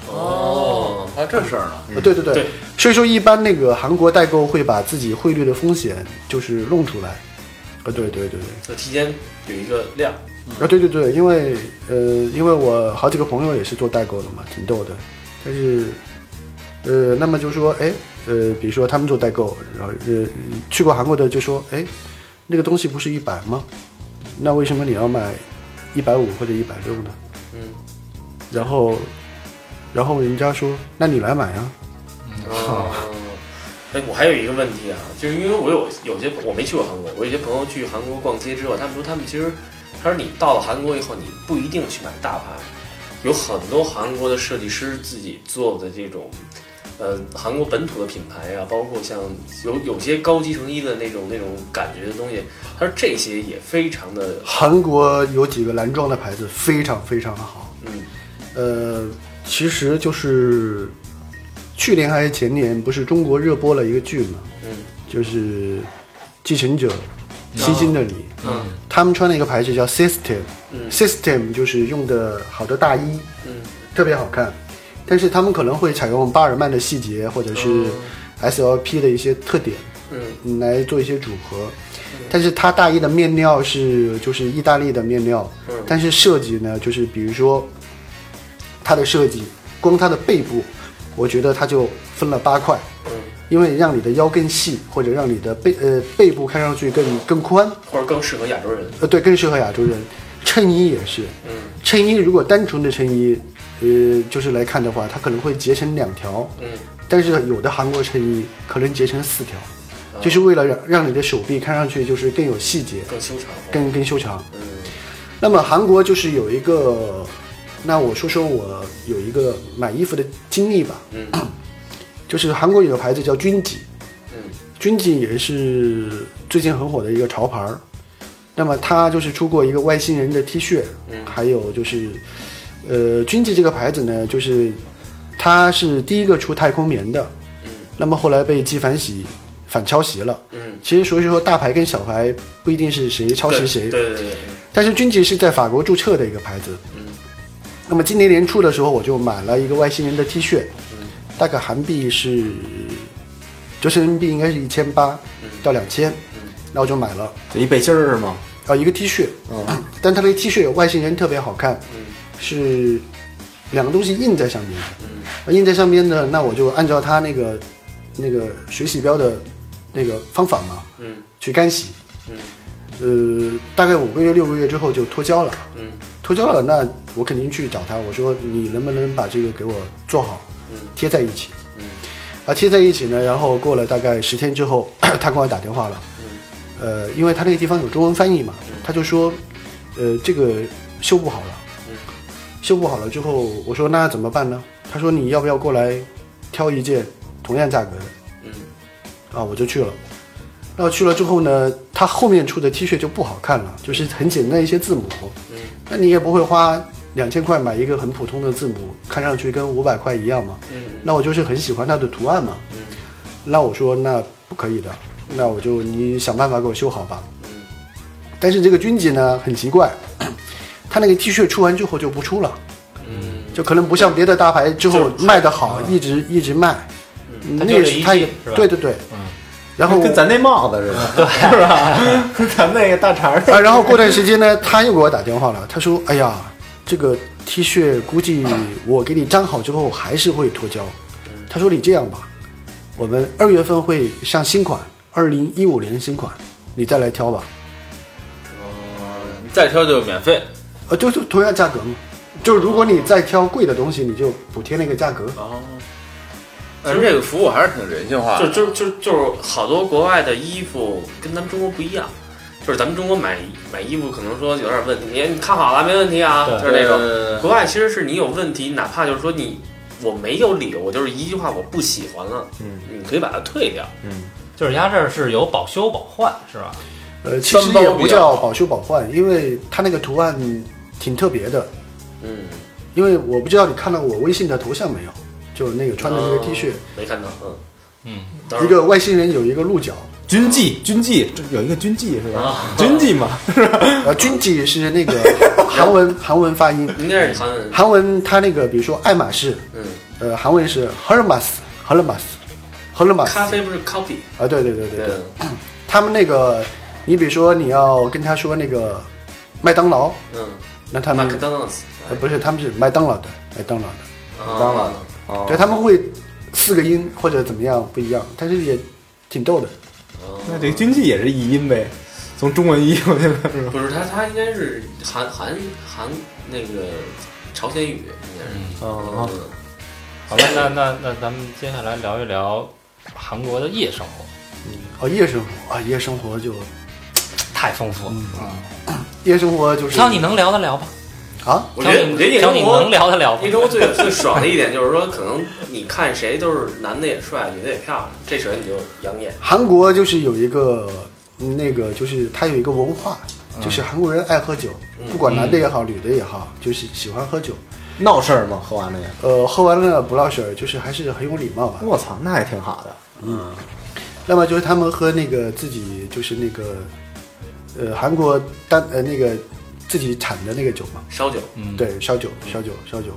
Speaker 3: 哦，
Speaker 4: 还有啊这事儿呢？
Speaker 6: 呃对对对，
Speaker 3: 对
Speaker 6: 所以说一般那个韩国代购会把自己汇率的风险就是弄出来。呃，对对对对，
Speaker 3: 就提前有一个量，
Speaker 6: 啊对对对，因为呃，因为我好几个朋友也是做代购的嘛，挺逗的。但是，呃，那么就说，哎，呃，比如说他们做代购，然后呃，去过韩国的就说，哎，那个东西不是一百吗？那为什么你要买一百五或者一百六呢？
Speaker 3: 嗯，
Speaker 6: 然后然后人家说那你来买啊呀，
Speaker 3: 哦， *laughs* 哎，我还有一个问题啊，就是因为我有有些我没去过韩国，我有些朋友去韩国逛街之后，他们说他们其实，他说你到了韩国以后，你不一定去买大牌，有很多韩国的设计师自己做的这种，呃，韩国本土的品牌啊，包括像有有些高级成衣的那种那种感觉的东西，他说这些也非常的，
Speaker 6: 韩国有几个男装的牌子非常非常的好，
Speaker 3: 嗯
Speaker 6: 呃，其实就是去年还是前年，不是中国热播了一个剧嘛，
Speaker 3: 嗯
Speaker 6: 就是《继承者》，星星的你，
Speaker 3: 嗯
Speaker 6: 他们穿了一个牌子叫 System，System、
Speaker 3: 嗯
Speaker 6: System 就是用的好多大衣，
Speaker 3: 嗯
Speaker 6: 特别好看，但是他们可能会采用巴尔曼的细节或者是 SLP 的一些特点，
Speaker 3: 哦嗯
Speaker 6: 嗯来做一些组合。但是它大衣的面料是就是意大利的面料，
Speaker 3: 嗯
Speaker 6: 但是设计呢，就是比如说它的设计，光它的背部，我觉得它就分了八块，
Speaker 3: 嗯，
Speaker 6: 因为让你的腰更细，或者让你的背呃背部看上去更更宽，
Speaker 3: 或者更适合亚洲人，
Speaker 6: 呃对，更适合亚洲人。衬衣也是，
Speaker 3: 嗯
Speaker 6: 衬衣如果单纯的衬衣，呃，就是来看的话，它可能会结成两条，
Speaker 3: 嗯
Speaker 6: 但是有的韩国衬衣可能结成四条，
Speaker 3: 嗯
Speaker 6: 就是为了让让你的手臂看上去就是更有细节，
Speaker 3: 更修长，
Speaker 6: 更更修长。
Speaker 3: 嗯
Speaker 6: 那么韩国就是有一个，那我说说我有一个买衣服的经历吧，
Speaker 3: 嗯
Speaker 6: *clears throat* 就是韩国有个牌子叫军几，
Speaker 3: 嗯
Speaker 6: 军几也是最近很火的一个潮牌儿。那么它就是出过一个外星人的 T 恤，
Speaker 3: 嗯
Speaker 6: 还有就是，呃，军记这个牌子呢，就是它是第一个出太空棉的，
Speaker 3: 嗯
Speaker 6: 那么后来被纪梵希反抄袭了。
Speaker 3: 嗯，
Speaker 6: 其实所以说大牌跟小牌不一定是谁抄袭谁，
Speaker 3: 对对对对，
Speaker 6: 但是军记是在法国注册的一个牌子。
Speaker 3: 嗯
Speaker 6: 那么今年年初的时候，我就买了一个外星人的 T 恤，
Speaker 3: 嗯
Speaker 6: 大概韩币是，就是人民币应该是一千八到两千，
Speaker 3: 嗯
Speaker 6: 那我就买了。
Speaker 5: 这一背心儿是吗？
Speaker 6: 啊，一个 T 恤，
Speaker 5: 嗯，
Speaker 6: 但它那个 T 恤有外星人特别好看，
Speaker 3: 嗯
Speaker 6: 是两个东西印在上面
Speaker 3: 嗯
Speaker 6: 的。啊印在上面呢，那我就按照它那个那个水洗标的那个方法嘛，
Speaker 3: 嗯
Speaker 6: 去干洗。
Speaker 3: 嗯
Speaker 6: 呃，大概五个月、六个月之后就脱胶了。
Speaker 3: 嗯
Speaker 6: 脱胶了，那我肯定去找他，我说你能不能把这个给我做好，贴在一起。
Speaker 3: 嗯
Speaker 6: 啊，贴在一起呢，然后过了大概十天之后， *coughs* 他给我打电话了，呃，因为他那个地方有中文翻译嘛，
Speaker 3: 嗯
Speaker 6: 他就说，呃，这个修不好了，
Speaker 3: 嗯
Speaker 6: 修不好了之后，我说那怎么办呢？他说你要不要过来挑一件同样价格的
Speaker 3: 嗯
Speaker 6: 啊？我就去了。那我去了之后呢，他后面出的 T 恤就不好看了，就是很简单一些字母，
Speaker 3: 嗯
Speaker 6: 那你也不会花两千块买一个很普通的字母，看上去跟五百块一样嘛？
Speaker 3: 嗯
Speaker 6: 那我就是很喜欢它的图案嘛。
Speaker 3: 嗯
Speaker 6: 那我说那不可以的，那我就你想办法给我修好吧。
Speaker 3: 嗯
Speaker 6: 但是这个军姐呢很奇怪， *clears throat* 他那个 T 恤出完之后就不出了，
Speaker 3: 嗯，
Speaker 6: 就可能不像别的大牌之后
Speaker 3: 就是
Speaker 6: 卖得好，一直一直卖。
Speaker 2: 它
Speaker 6: 那
Speaker 2: 就
Speaker 6: 也
Speaker 2: 是一
Speaker 6: 是他也
Speaker 2: 季是吧
Speaker 6: 对对对，
Speaker 2: 嗯
Speaker 6: 然后
Speaker 5: 跟咱那帽子似的，是吧？ *laughs* 跟咱那个大茬儿似
Speaker 6: *laughs*
Speaker 5: 的
Speaker 6: 啊，然后过段时间呢，他又给我打电话了，他说：“哎呀，这个 T 恤估计我给你粘好之后还是会脱胶。”
Speaker 4: 嗯
Speaker 6: 他说：“你这样吧，我们二月份会上新款，二零一五年新款，你再来挑吧。
Speaker 4: 呃再挑就免费。
Speaker 6: 呃，就是同样价格嘛，就是如果你再挑贵的东西，你就补贴那个价格。
Speaker 4: 哦，但是这个服务还是挺人性化
Speaker 3: 就
Speaker 4: 的。
Speaker 3: 就就就是好多国外的衣服跟咱们中国不一样，就是咱们中国买买衣服可能说有点问题，你你看好了没问题啊，
Speaker 2: 对
Speaker 3: 就是那种。
Speaker 4: 种
Speaker 3: 国外其实是你有问题，哪怕就是说你我没有理由，我就是一句话我不喜欢了，
Speaker 5: 嗯
Speaker 3: 你可以把它退掉。
Speaker 2: 就是压这儿是有保修保换是吧？
Speaker 6: 呃，其实
Speaker 4: 三包
Speaker 6: 也不
Speaker 4: 比较
Speaker 6: 叫
Speaker 4: 好
Speaker 6: 保修保换，因为它那个图案挺特别的。
Speaker 3: 嗯，
Speaker 6: 因为我不知道你看到我微信的头像没有，就是那个穿的那个 T 恤，
Speaker 3: 哦没看到，嗯
Speaker 2: 嗯，
Speaker 3: 到时
Speaker 6: 一
Speaker 3: 候
Speaker 6: 个外星人有一个鹿角。”
Speaker 5: 军纪，军纪这有一个军纪是吧？军纪嘛，
Speaker 6: 呃，军纪是
Speaker 3: *laughs*
Speaker 6: 那个韩文韩文发音，
Speaker 3: 应该是韩文，
Speaker 6: 韩文它那个比如说爱马仕，
Speaker 3: 嗯，
Speaker 6: 呃，韩文是 Hermes，Hermes，Hermes，
Speaker 3: 咖啡不是 copy，
Speaker 6: 啊，对对对对对，
Speaker 3: 嗯
Speaker 6: *clears throat* 他们那个，你比如说你要跟他说那个麦当劳，
Speaker 3: 嗯，
Speaker 6: 那他们
Speaker 3: 麦当啊劳，
Speaker 6: 呃不是他们是麦当劳的麦当劳的，
Speaker 3: 麦
Speaker 5: 当劳哦
Speaker 6: 对他们会四个音或者怎么样不一样，但是也挺逗的。
Speaker 5: 那这个军纪也是译音呗，从中文译过去的是吧？
Speaker 3: 不是他，他应该是韩韩韩那个朝鲜语，应该是。
Speaker 5: 哦，
Speaker 3: 嗯，
Speaker 2: 好吧，那那那咱们接下来聊一聊韩国的夜生活，
Speaker 6: 哦，夜生活啊，夜生活就
Speaker 2: 太丰富了。
Speaker 6: 嗯夜生活就是
Speaker 2: 挑你能聊的聊吧，
Speaker 6: 啊，
Speaker 3: 我觉得我觉得夜
Speaker 2: 挑
Speaker 3: 生
Speaker 2: 你
Speaker 3: 活
Speaker 2: 能聊的聊吧
Speaker 3: 夜。生活最最爽的一点就是说，可能你看谁都是男的也帅，女的也漂亮，这时候你就养眼。
Speaker 6: 韩国就是有一个嗯那个，就是它有一个文化，
Speaker 2: 嗯
Speaker 6: 就是韩国人爱喝酒，不管男的也好，女的也好，就是喜欢喝酒。
Speaker 5: 闹事儿吗？喝完了也，
Speaker 6: 呃，喝完了不落水儿，就是还是很有礼貌吧。
Speaker 5: 我操，那也挺好的。
Speaker 6: 那么就是他们喝那个自己就是那个，呃，韩国单呃那个自己产的那个酒嘛，
Speaker 3: 烧酒，
Speaker 2: 嗯，，
Speaker 6: 对，烧酒，烧酒，烧酒。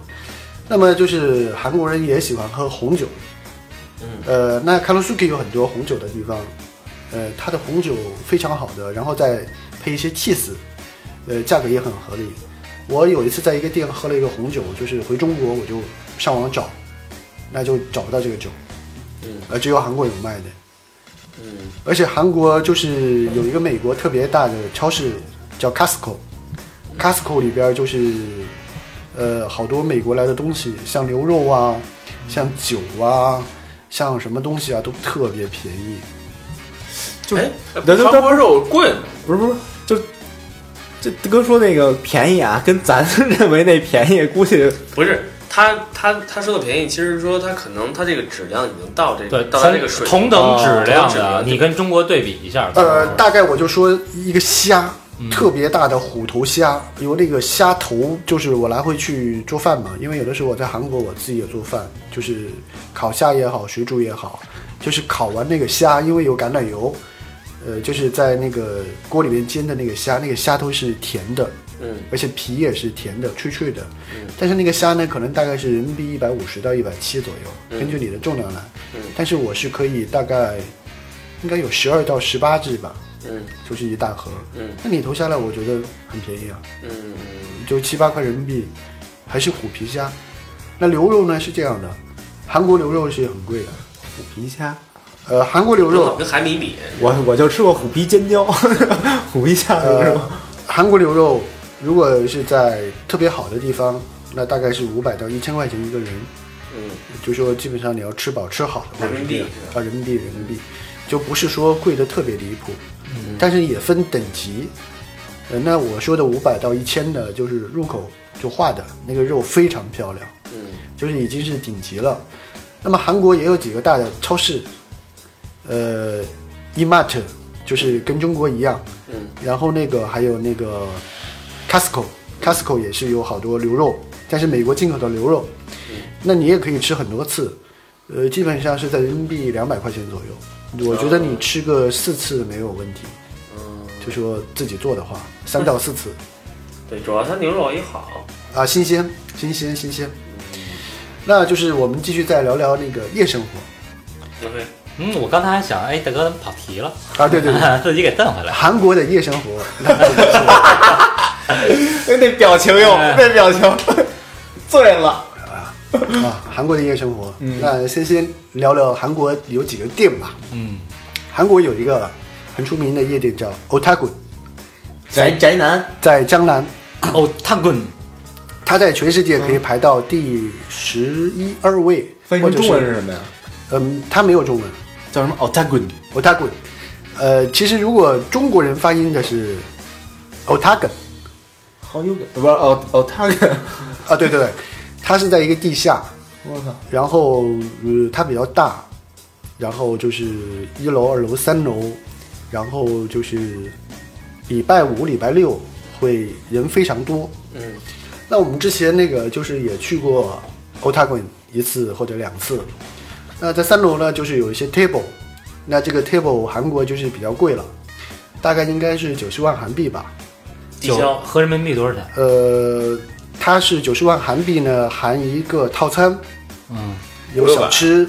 Speaker 6: 那么就是韩国人也喜欢喝红酒，
Speaker 3: 嗯
Speaker 6: 呃，那 k a l u s u k i 有很多红酒的地方，呃，它的红酒非常好的，然后再配一些 cheese，呃，价格也很合理。我有一次在一个店喝了一个红酒，就是回中国我就上网找，那就找不到这个酒，
Speaker 3: 嗯，
Speaker 6: 呃，只有韩国有卖的。
Speaker 3: 嗯，
Speaker 6: 而且韩国就是有一个美国特别大的超市叫 Costco，Costco 里边就是呃好多美国来的东西，像牛肉啊，像酒啊，像什么东西啊都特别便宜。
Speaker 5: 就是
Speaker 3: 哎，
Speaker 5: 对对对
Speaker 3: 韩国肉棍，
Speaker 5: 不是不是，就这这哥说那个便宜啊，跟咱 *laughs* 认为那便宜，估计
Speaker 3: 不是他他他说的便宜，其实说他可能他这个质量已经到这个
Speaker 2: 对，
Speaker 3: 到达这个水
Speaker 2: 同
Speaker 3: 平
Speaker 2: 等质量
Speaker 3: 哦
Speaker 2: 的，你跟中国对比一下。
Speaker 6: 呃，
Speaker 2: 就是
Speaker 6: 大概我就说一个虾，特别大的虎头虾，有那个虾头，就是我来回去做饭嘛，因为有的时候我在韩国我自己也做饭，就是烤虾也好，水煮也好，就是烤完那个虾，因为有橄榄油，呃，就是在那个锅里面煎的那个虾，那个虾头是甜的，
Speaker 3: 嗯，
Speaker 6: 而且皮也是甜的，脆脆的。但是那个虾呢，可能大概是人民币一百五十到一百七左右，根据你的重量来。
Speaker 3: 嗯
Speaker 6: 但是我是可以大概应该有十二到十八只吧，
Speaker 3: 嗯
Speaker 6: 就是一大盒。
Speaker 3: 嗯
Speaker 6: 那你投下来，我觉得很便宜啊，
Speaker 3: 嗯嗯
Speaker 6: 就七八块人民币，还是虎皮虾。那牛肉呢是这样的，韩国牛肉是很贵的，
Speaker 5: 虎皮虾，
Speaker 6: 呃，韩国牛
Speaker 3: 不老
Speaker 6: 肉，
Speaker 3: 跟海米比，
Speaker 5: 我我就吃过虎皮尖椒， *laughs* 虎皮虾是
Speaker 6: 呃
Speaker 5: 吗？，
Speaker 6: 韩国牛肉如果是在特别好的地方，那大概是五百到一千块钱一个人。
Speaker 3: 嗯
Speaker 6: 就说基本上你要吃饱吃好的话
Speaker 3: 人民
Speaker 6: 是
Speaker 3: 币
Speaker 6: 这样啊，人民币人民币，就不是说贵的特别离谱，
Speaker 3: 嗯
Speaker 6: 但是也分等级。呃，那我说的五百到一千的，就是入口就化的那个肉非常漂亮，
Speaker 3: 嗯
Speaker 6: 就是已经是顶级了。那么韩国也有几个大的超市，呃，Emart 就是跟中国一样，
Speaker 3: 嗯，
Speaker 6: 然后那个还有那个 Costco，Costco
Speaker 3: 嗯
Speaker 6: 也是有好多牛肉，但是美国进口的牛肉，
Speaker 3: 嗯
Speaker 6: 那你也可以吃很多次，呃，基本上是在人民币两百块钱左右，我觉得你吃个四次没有问题，
Speaker 3: 哦嗯，
Speaker 6: 就说自己做的话，三到四次。
Speaker 3: 对，主要它牛肉也好，
Speaker 6: 啊，新鲜，新鲜，新鲜。
Speaker 3: 嗯
Speaker 6: 那就是我们继续再聊聊那个夜生活
Speaker 3: 对，
Speaker 2: 嗯，我刚才还想，哎，大哥，咱们跑题了，
Speaker 6: 啊，对对对，
Speaker 3: *laughs*
Speaker 2: *laughs* 自己给蹬回来。
Speaker 6: 韩国的夜生活。
Speaker 5: 那哎那表情哟，那表情 *laughs* 醉了。
Speaker 6: 啊，韩国的夜生活。
Speaker 5: 嗯
Speaker 6: 那先先聊聊韩国有几个店吧。
Speaker 2: 嗯，
Speaker 6: 韩国有一个很出名的夜店叫 Otaku，
Speaker 5: 宅宅男，
Speaker 6: 在江南，
Speaker 2: 哦，探棍，
Speaker 6: 它在全世界可以排到第十一二位，
Speaker 5: 翻译
Speaker 6: 或
Speaker 5: 成
Speaker 6: 者
Speaker 5: 中文是
Speaker 6: 是
Speaker 5: 什么呀？
Speaker 6: 嗯，它没有中文
Speaker 5: 叫什么？哦，大滚！
Speaker 6: ，Otaku。呃，其实如果中国人发音的是 Otaku，
Speaker 5: 好有感，不是哦哦，他个，
Speaker 6: 啊，对对对，它是在一个地下，
Speaker 5: *laughs* 我操，
Speaker 6: 然后呃它比较大，然后就是一楼、二楼、三楼，然后就是礼拜五、礼拜六会人非常多。
Speaker 3: 嗯
Speaker 6: 那我们之前那个就是也去过 Otagon 一次或者两次。那在三楼呢，就是有一些 table，那这个 table 韩国就是比较贵了，大概应该是九十万韩币吧。
Speaker 3: 低
Speaker 2: 九
Speaker 3: 消
Speaker 2: 合人民币多少钱？
Speaker 6: 呃，它是九十万韩币呢，含一个套餐，
Speaker 2: 嗯，
Speaker 6: 有小吃，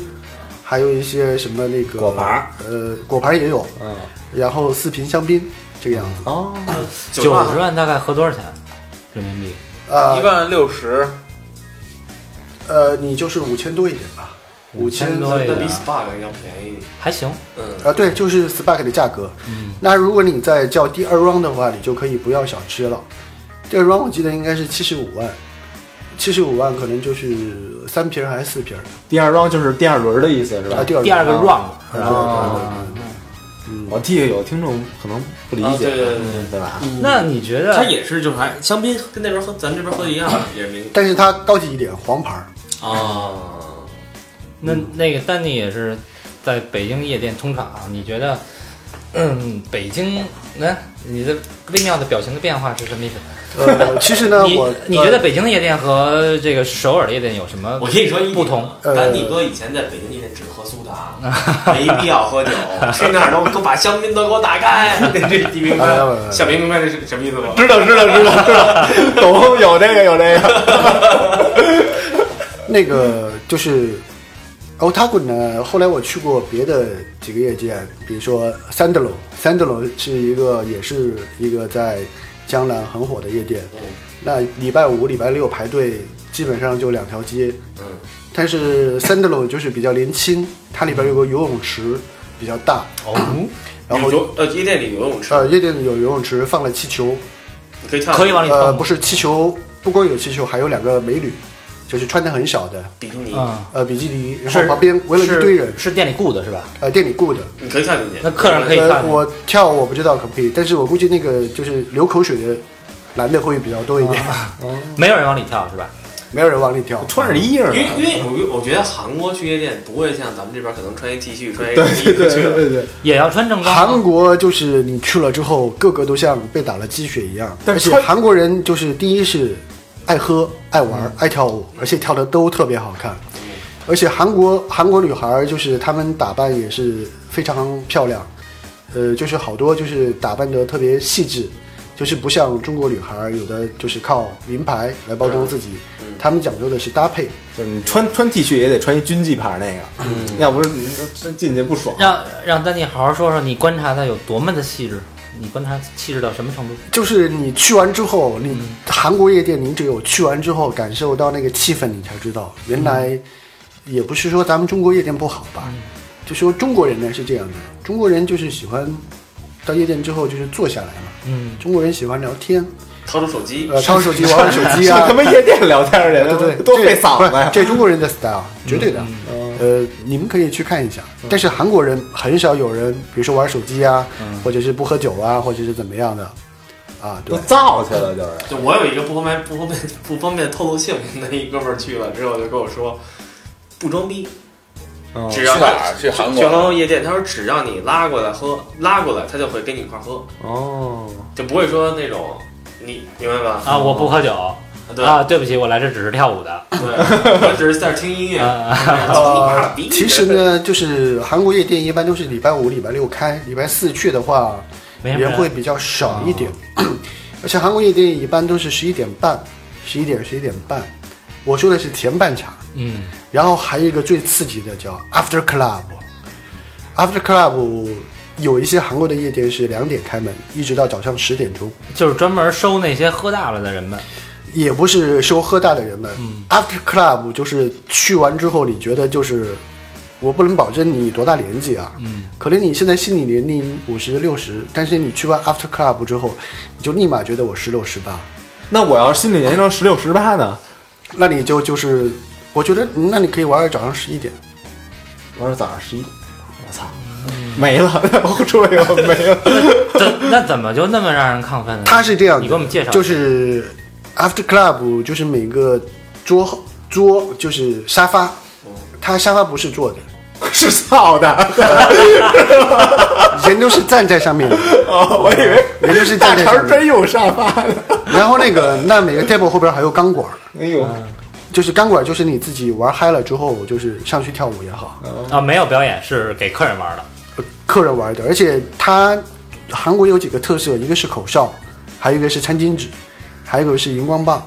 Speaker 6: 还有一些什么那个
Speaker 5: 果盘儿，
Speaker 6: 呃，果盘儿也有，
Speaker 5: 嗯，
Speaker 6: 然后四瓶香槟这个样子。
Speaker 5: 哦，
Speaker 2: 九
Speaker 3: 万
Speaker 2: 十万大概合多少钱？人民币？
Speaker 6: 啊
Speaker 4: 一万六十，
Speaker 6: 呃，你就是五千多一点吧，五
Speaker 2: 千
Speaker 6: 千
Speaker 2: 多一
Speaker 3: 那
Speaker 2: 点
Speaker 3: 比 SPA 要便宜，
Speaker 2: 还行。
Speaker 3: 嗯
Speaker 6: 啊，对，就是 Spark 的价格。
Speaker 2: 嗯，
Speaker 6: 那如果你再叫第二 round 的话，你就可以不要小吃了。第二 round 我记得应该是七十五万，七十五万可能就是三瓶还是四瓶
Speaker 5: 第二 round 就是第二轮的意思是吧
Speaker 6: 啊？？第二啊
Speaker 7: 第二个 round，
Speaker 6: 对
Speaker 7: 然后
Speaker 5: 嗯我替有听众可能不理
Speaker 3: 啊
Speaker 5: 解，嗯
Speaker 3: 对对对对
Speaker 5: 对吧？ *laughs*
Speaker 6: 嗯
Speaker 7: 那你觉得
Speaker 3: 它也是就是还香槟跟那边喝咱这边喝的一样，也是名
Speaker 6: 但是它高级一点，黄牌儿。
Speaker 3: 啊，
Speaker 2: 那那个丹尼也是在北京夜店通场，啊你觉得，嗯，北京，那、你的微妙的表情的变化是什么意思？
Speaker 6: 呃， *laughs* 其实呢，
Speaker 2: 你
Speaker 6: 我呃
Speaker 2: 你觉得北京的夜店和这个首尔的夜店有什么？
Speaker 3: 我跟你说一点
Speaker 2: 不同，
Speaker 6: 呃
Speaker 3: 丹尼哥以前在北京一天只 *laughs* 喝
Speaker 4: *laughs*
Speaker 3: 苏打，没必要喝酒，去那儿都给我把香槟都给我
Speaker 4: *laughs*
Speaker 3: 打开，这你明白
Speaker 6: 哎哎哎？
Speaker 3: 小明明白这是什么意思吗？
Speaker 5: 知道知道知道知道，懂有这个有这个，
Speaker 6: 那个就是 Otaku 呢，后来我去过别的几个夜店，比如说 Sandalo，Sandalo 是一个也是一个在江南很火的夜店。
Speaker 2: 嗯
Speaker 6: 那礼拜五、礼拜六排队基本上就两条街。
Speaker 3: 嗯，
Speaker 6: 但是 Sandalo 就是比较年轻，它里边有个游泳池比较大，
Speaker 2: 哦，
Speaker 6: 然后
Speaker 3: 游呃夜店里游泳池，
Speaker 6: 呃夜店有游泳池放了气球，
Speaker 3: 你可以
Speaker 2: 嗯
Speaker 3: 跳
Speaker 7: 可以往里
Speaker 6: 呃
Speaker 7: 放
Speaker 6: 不是气球，不光有气球，还有两个美女，就是穿的很少的。
Speaker 3: 比基尼，
Speaker 2: 嗯
Speaker 7: 啊？
Speaker 6: 呃，比基尼，然
Speaker 7: 是
Speaker 6: 后旁边围了一堆人
Speaker 7: 是，是店里雇的是吧？
Speaker 6: 呃，店里雇的。
Speaker 3: 你可以跳进去。
Speaker 2: 那客人可以
Speaker 6: 呃
Speaker 2: 看，
Speaker 6: 我跳我不知道可不可以，但是我估计那个就是流口水的男的会比较多一点，
Speaker 2: 啊没有人往里跳是吧？
Speaker 6: *laughs* 没有人往里跳。
Speaker 5: 穿着衣裳
Speaker 3: 因为
Speaker 5: 呢，
Speaker 3: 因为我我觉得韩国去夜店不会像咱们这边可能穿一 T 恤穿一
Speaker 5: 对 *laughs* 对对
Speaker 3: 去了，
Speaker 5: 对对，
Speaker 2: 也要穿
Speaker 5: 啊
Speaker 2: 正装吗。
Speaker 6: 韩国就是你去了之后，个个都像被打了鸡血一样。
Speaker 5: 但
Speaker 6: 而
Speaker 5: 是
Speaker 6: 且
Speaker 5: 穿
Speaker 6: 韩国人就是第一是爱喝、爱玩、爱跳舞，
Speaker 5: 嗯
Speaker 6: 而且跳的都特别好看。而且韩国韩国女孩儿就是她们打扮也是非常漂亮，呃，就是好多就是打扮的特别细致，就是不像中国女孩儿有的就是靠名牌来包
Speaker 5: 嗯
Speaker 6: 装自己，她们讲究的是搭配。
Speaker 5: 就是你穿穿 T 恤也得穿一军纪牌那个，要不是你真进去不爽。
Speaker 2: 让让丹尼好好说说你观察的有多么的细致，你观察细致到什么程度？
Speaker 6: 就是你去完之后，你韩国夜店，你只有去完之后感受到那个气氛，你才知道原来也不是说咱们中国夜店不好吧，就说中国人呢是这样的，中国人就是喜欢到夜店之后就是坐下来嘛，
Speaker 2: 嗯，
Speaker 6: 中国人喜欢聊天，
Speaker 3: 掏出手机，
Speaker 6: 呃，掏手机玩玩手机
Speaker 5: 上
Speaker 6: 啊
Speaker 5: *laughs* 他，妈夜店聊天去，
Speaker 6: 对对，
Speaker 5: 多
Speaker 6: 这
Speaker 5: 费嗓子
Speaker 6: 不是
Speaker 5: 呀！
Speaker 6: 这中国人的 style 绝对的，呃，你们可以去看一下。但是韩国人很少有人，比如说玩手机啊，或者是不喝酒啊，或者是怎么样的，啊，对
Speaker 5: 都。造去了，就是
Speaker 3: 就我有一个不方便、不方便、不方便透露姓名的一哥们儿去了之后，就跟我说，不装逼，
Speaker 5: 嗯
Speaker 3: 只要
Speaker 4: 去哪儿去韩国
Speaker 3: 去韩国夜店，他说只要你拉过来喝，拉过来他就会跟你一块儿喝，
Speaker 5: 哦，
Speaker 3: 就不会说那种你明白吧？
Speaker 2: 啊，我不喝酒
Speaker 3: 对
Speaker 2: 啊，对不起，我来这只是跳舞的。
Speaker 3: 对，我只是在这儿听音乐，
Speaker 2: 啊，
Speaker 6: 呃
Speaker 3: 呃，
Speaker 6: 其实，呢，就是韩国夜店一般都是礼拜五、礼拜六开，礼拜四去的话
Speaker 2: 没什么
Speaker 6: 人会比较少一点。而且韩国夜店一般都是十一点半、十一点、十一点半。我说的是前半场，
Speaker 2: 嗯，
Speaker 6: 然后还有一个最刺激的叫 After Club。After Club 有一些韩国的夜店是两点开门，一直到早上十点钟。
Speaker 2: 就是专门收那些喝大了的人们。
Speaker 6: 也不是收喝大的人们。After
Speaker 2: 嗯
Speaker 6: club 就是去完之后，你觉得就是，我不能保证你多大年纪啊，嗯，可能你现在心理年龄五十六十，但是你去完 After club 之后，你就立马觉得我十六十八，
Speaker 5: 那我要是心理年龄十六十八呢？
Speaker 6: 那你就就是，我觉得嗯那你可以玩到早上十一点。
Speaker 5: 我说早上十一，我操，没了， *laughs* 我出去我没了。
Speaker 2: 怎那怎么就那么让人亢奋呢？
Speaker 6: 它是这样的，
Speaker 2: 你给我们介绍一下
Speaker 6: 就是 after club，就是每个桌后桌就是沙发，
Speaker 2: 哦
Speaker 6: 它沙发不是坐的，
Speaker 5: *laughs* 是造的，
Speaker 6: 人都是站在上面的，
Speaker 5: 哦， *laughs* 我以为
Speaker 6: 人都是
Speaker 5: 大
Speaker 6: 站在
Speaker 5: 肠
Speaker 6: 上
Speaker 5: 儿
Speaker 6: 面的。
Speaker 5: 专用沙发呢。
Speaker 6: *laughs* 然后那个，那每个 table 后边还有钢管儿，
Speaker 5: 哎呦，
Speaker 6: 就是钢管儿就是你自己玩嗨了之后，就是上去跳舞也好，
Speaker 2: 啊，没有表演，是给客人玩的。
Speaker 6: 客人玩的。而且它韩国有几个特色，一个是口哨，还有一个是餐巾纸，还有一个是荧光棒。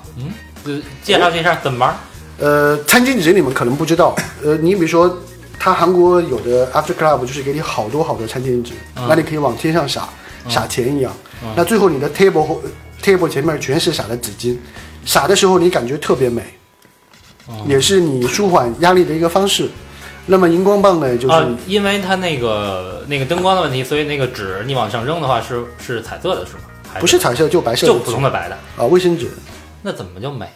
Speaker 2: 呃介绍介绍怎么玩？
Speaker 6: 呃，餐巾纸你们可能不知道，呃，你比如说，它韩国有的 after club 就是给你好多好多餐巾纸，
Speaker 3: 嗯
Speaker 6: 那你可以往天上撒，撒钱一样。那最后你的 table 后 table 前面全是撒的纸巾，撒的时候你感觉特别美，
Speaker 3: 嗯
Speaker 6: 也是你舒缓压力的一个方式。那么荧光棒呢，就是、
Speaker 2: 啊，因为它那个那个灯光的问题，所以那个纸你往上扔的话是是彩色的，是吗？还
Speaker 6: 不是彩色就白色的
Speaker 2: 就普通的白的，
Speaker 6: 啊卫生纸，
Speaker 2: 那怎么就没了？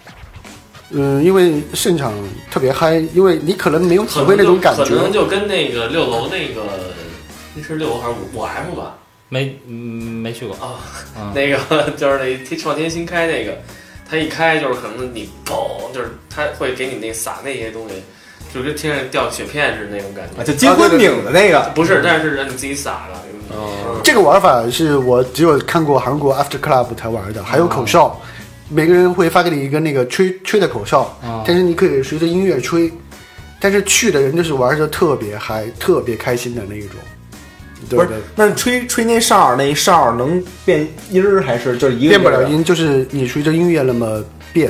Speaker 6: 嗯，因为现场特别嗨，因为你可能没有体
Speaker 3: 可
Speaker 6: 会
Speaker 3: 能
Speaker 6: 那种感
Speaker 3: 可能
Speaker 6: 觉。
Speaker 3: 就跟那个六楼那个，那是六楼还是五五 F 吧？
Speaker 2: 没嗯没去过，
Speaker 3: 啊、
Speaker 2: 嗯
Speaker 3: 那个就是那天少天新开那个，它一开就是可能你嘣，就是它会给你那撒那些东西，就跟天上掉雪片似的那种感觉。
Speaker 5: 啊，就金婚拧的那个，
Speaker 3: 不是，但是让你自己撒的。
Speaker 4: 哦
Speaker 6: 这个玩法是我只有看过韩国 After Club 才玩的，还有口
Speaker 5: 哦
Speaker 6: 哨，每个人会发给你一个那个吹吹的口哨，
Speaker 5: 哦
Speaker 2: 啊
Speaker 6: 但是你可以随着音乐吹。但是去的人就是玩的特别嗨、特别开心的那一种。
Speaker 5: 不
Speaker 6: 对
Speaker 5: 是
Speaker 6: 对，，
Speaker 5: 那吹吹那哨儿，那一哨儿能变音儿还是就是一个
Speaker 6: 变不了
Speaker 5: 音啊
Speaker 6: 音，就是你随着音乐那么变。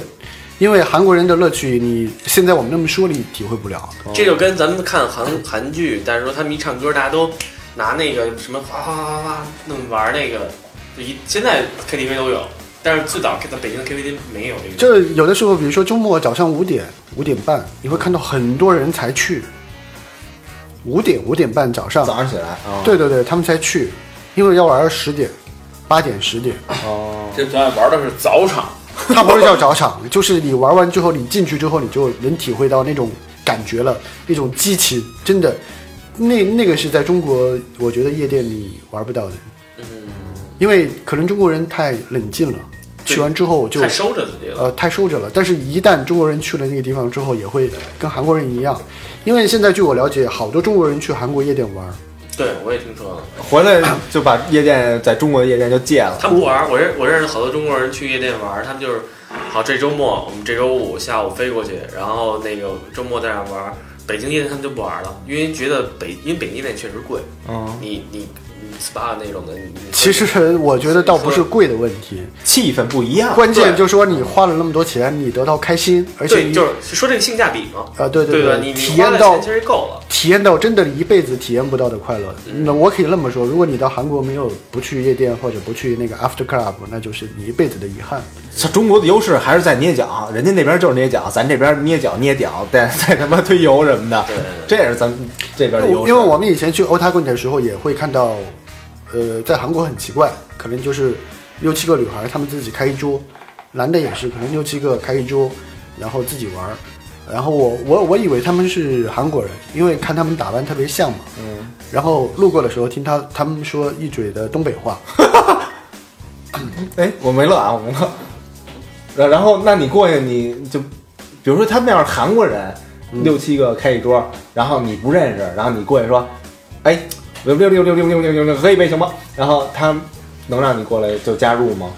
Speaker 6: 因为韩国人的乐趣，你现在我们那么说你体会不了。
Speaker 3: 这就跟咱们看韩韩剧，但是说他们一唱歌，大家都拿那个什么哗哗哗哗哗那么玩那个，就一现在 KTV 都有，但是最早在北京的 KTV 没有这个。
Speaker 6: 这有的时候，比如说周末早上五点、五点半，你会看到很多人才去。五点、五点半早上，
Speaker 5: 早上起来
Speaker 3: 哦
Speaker 5: 啊，
Speaker 6: 对对对，他们才去，因为要玩到十点、八点、十点。
Speaker 5: 哦，
Speaker 4: 这咱玩的是早场，
Speaker 6: 它不是叫找场，就是你玩完之后，你进去之后，你就能体会到那种感觉了，那种激情，真的，那那个是在中国，我觉得夜店里玩不到的，
Speaker 3: 嗯，
Speaker 6: 因为可能中国人太冷静了，
Speaker 3: 对
Speaker 6: 去完之后就
Speaker 3: 太收着自己了。
Speaker 6: 呃太收着了。但是，一旦中国人去了那个地方之后，也会跟韩国人一样，因为现在据我了解，好多中国人去韩国夜店玩，
Speaker 3: 对，我也听说了。
Speaker 5: 回来就把夜店在中国的夜店就戒了。
Speaker 3: 他们不玩儿，我认我认识好多中国人去夜店玩儿，他们就是，好这周末我们这周五下午飞过去，然后那个周末在那玩儿。北京夜店他们就不玩儿了，因为觉得北因为北京夜店确实贵，
Speaker 5: 嗯，
Speaker 3: 你你你 SPA 那种的，你你
Speaker 6: 哦其实我觉得倒不是贵的问题，
Speaker 5: 气氛不一样。
Speaker 6: 关键就是说你花了那么多钱，你得到开心，而且
Speaker 3: 对，
Speaker 6: 你
Speaker 3: 就是说这个性价比嘛，
Speaker 6: 啊对
Speaker 3: 对
Speaker 6: 对
Speaker 3: 吧？你
Speaker 6: 体
Speaker 3: 你花
Speaker 6: 验
Speaker 3: 的
Speaker 6: 到
Speaker 3: 钱其实够了，
Speaker 6: 体验到真的一辈子体验不到的快乐。那我可以那么说，如果你到韩国没有不去夜店或者不去那个 after club，那就是你一辈子的遗憾。
Speaker 5: 像中国的优势还是在捏脚，人家那边就是捏脚，咱这边捏脚捏脚，再 *laughs* 再他妈推油什么的，
Speaker 3: 对对对
Speaker 5: 这也是咱们这边的优
Speaker 6: 因
Speaker 5: 势。
Speaker 6: 为我们以前去 otakun 的时候也会看到，呃，在韩国很奇怪，可能就是六七个女孩她们自己开一桌，男的也是，可能六七个开一桌，然后自己玩儿。然后我我我以为他们是韩国人，因为看他们打扮特别像嘛。
Speaker 5: 嗯，
Speaker 6: 然后路过的时候听他他们说一嘴的东北话，
Speaker 5: 哎，我没乐啊，我没乐。然然后，那你过去你就，比如说他们要是韩国人，六七个开一桌，然后你不认识，然后你过去说，哎，六六六六六六六六六喝一杯行吗？然后他能让你过来就加入吗？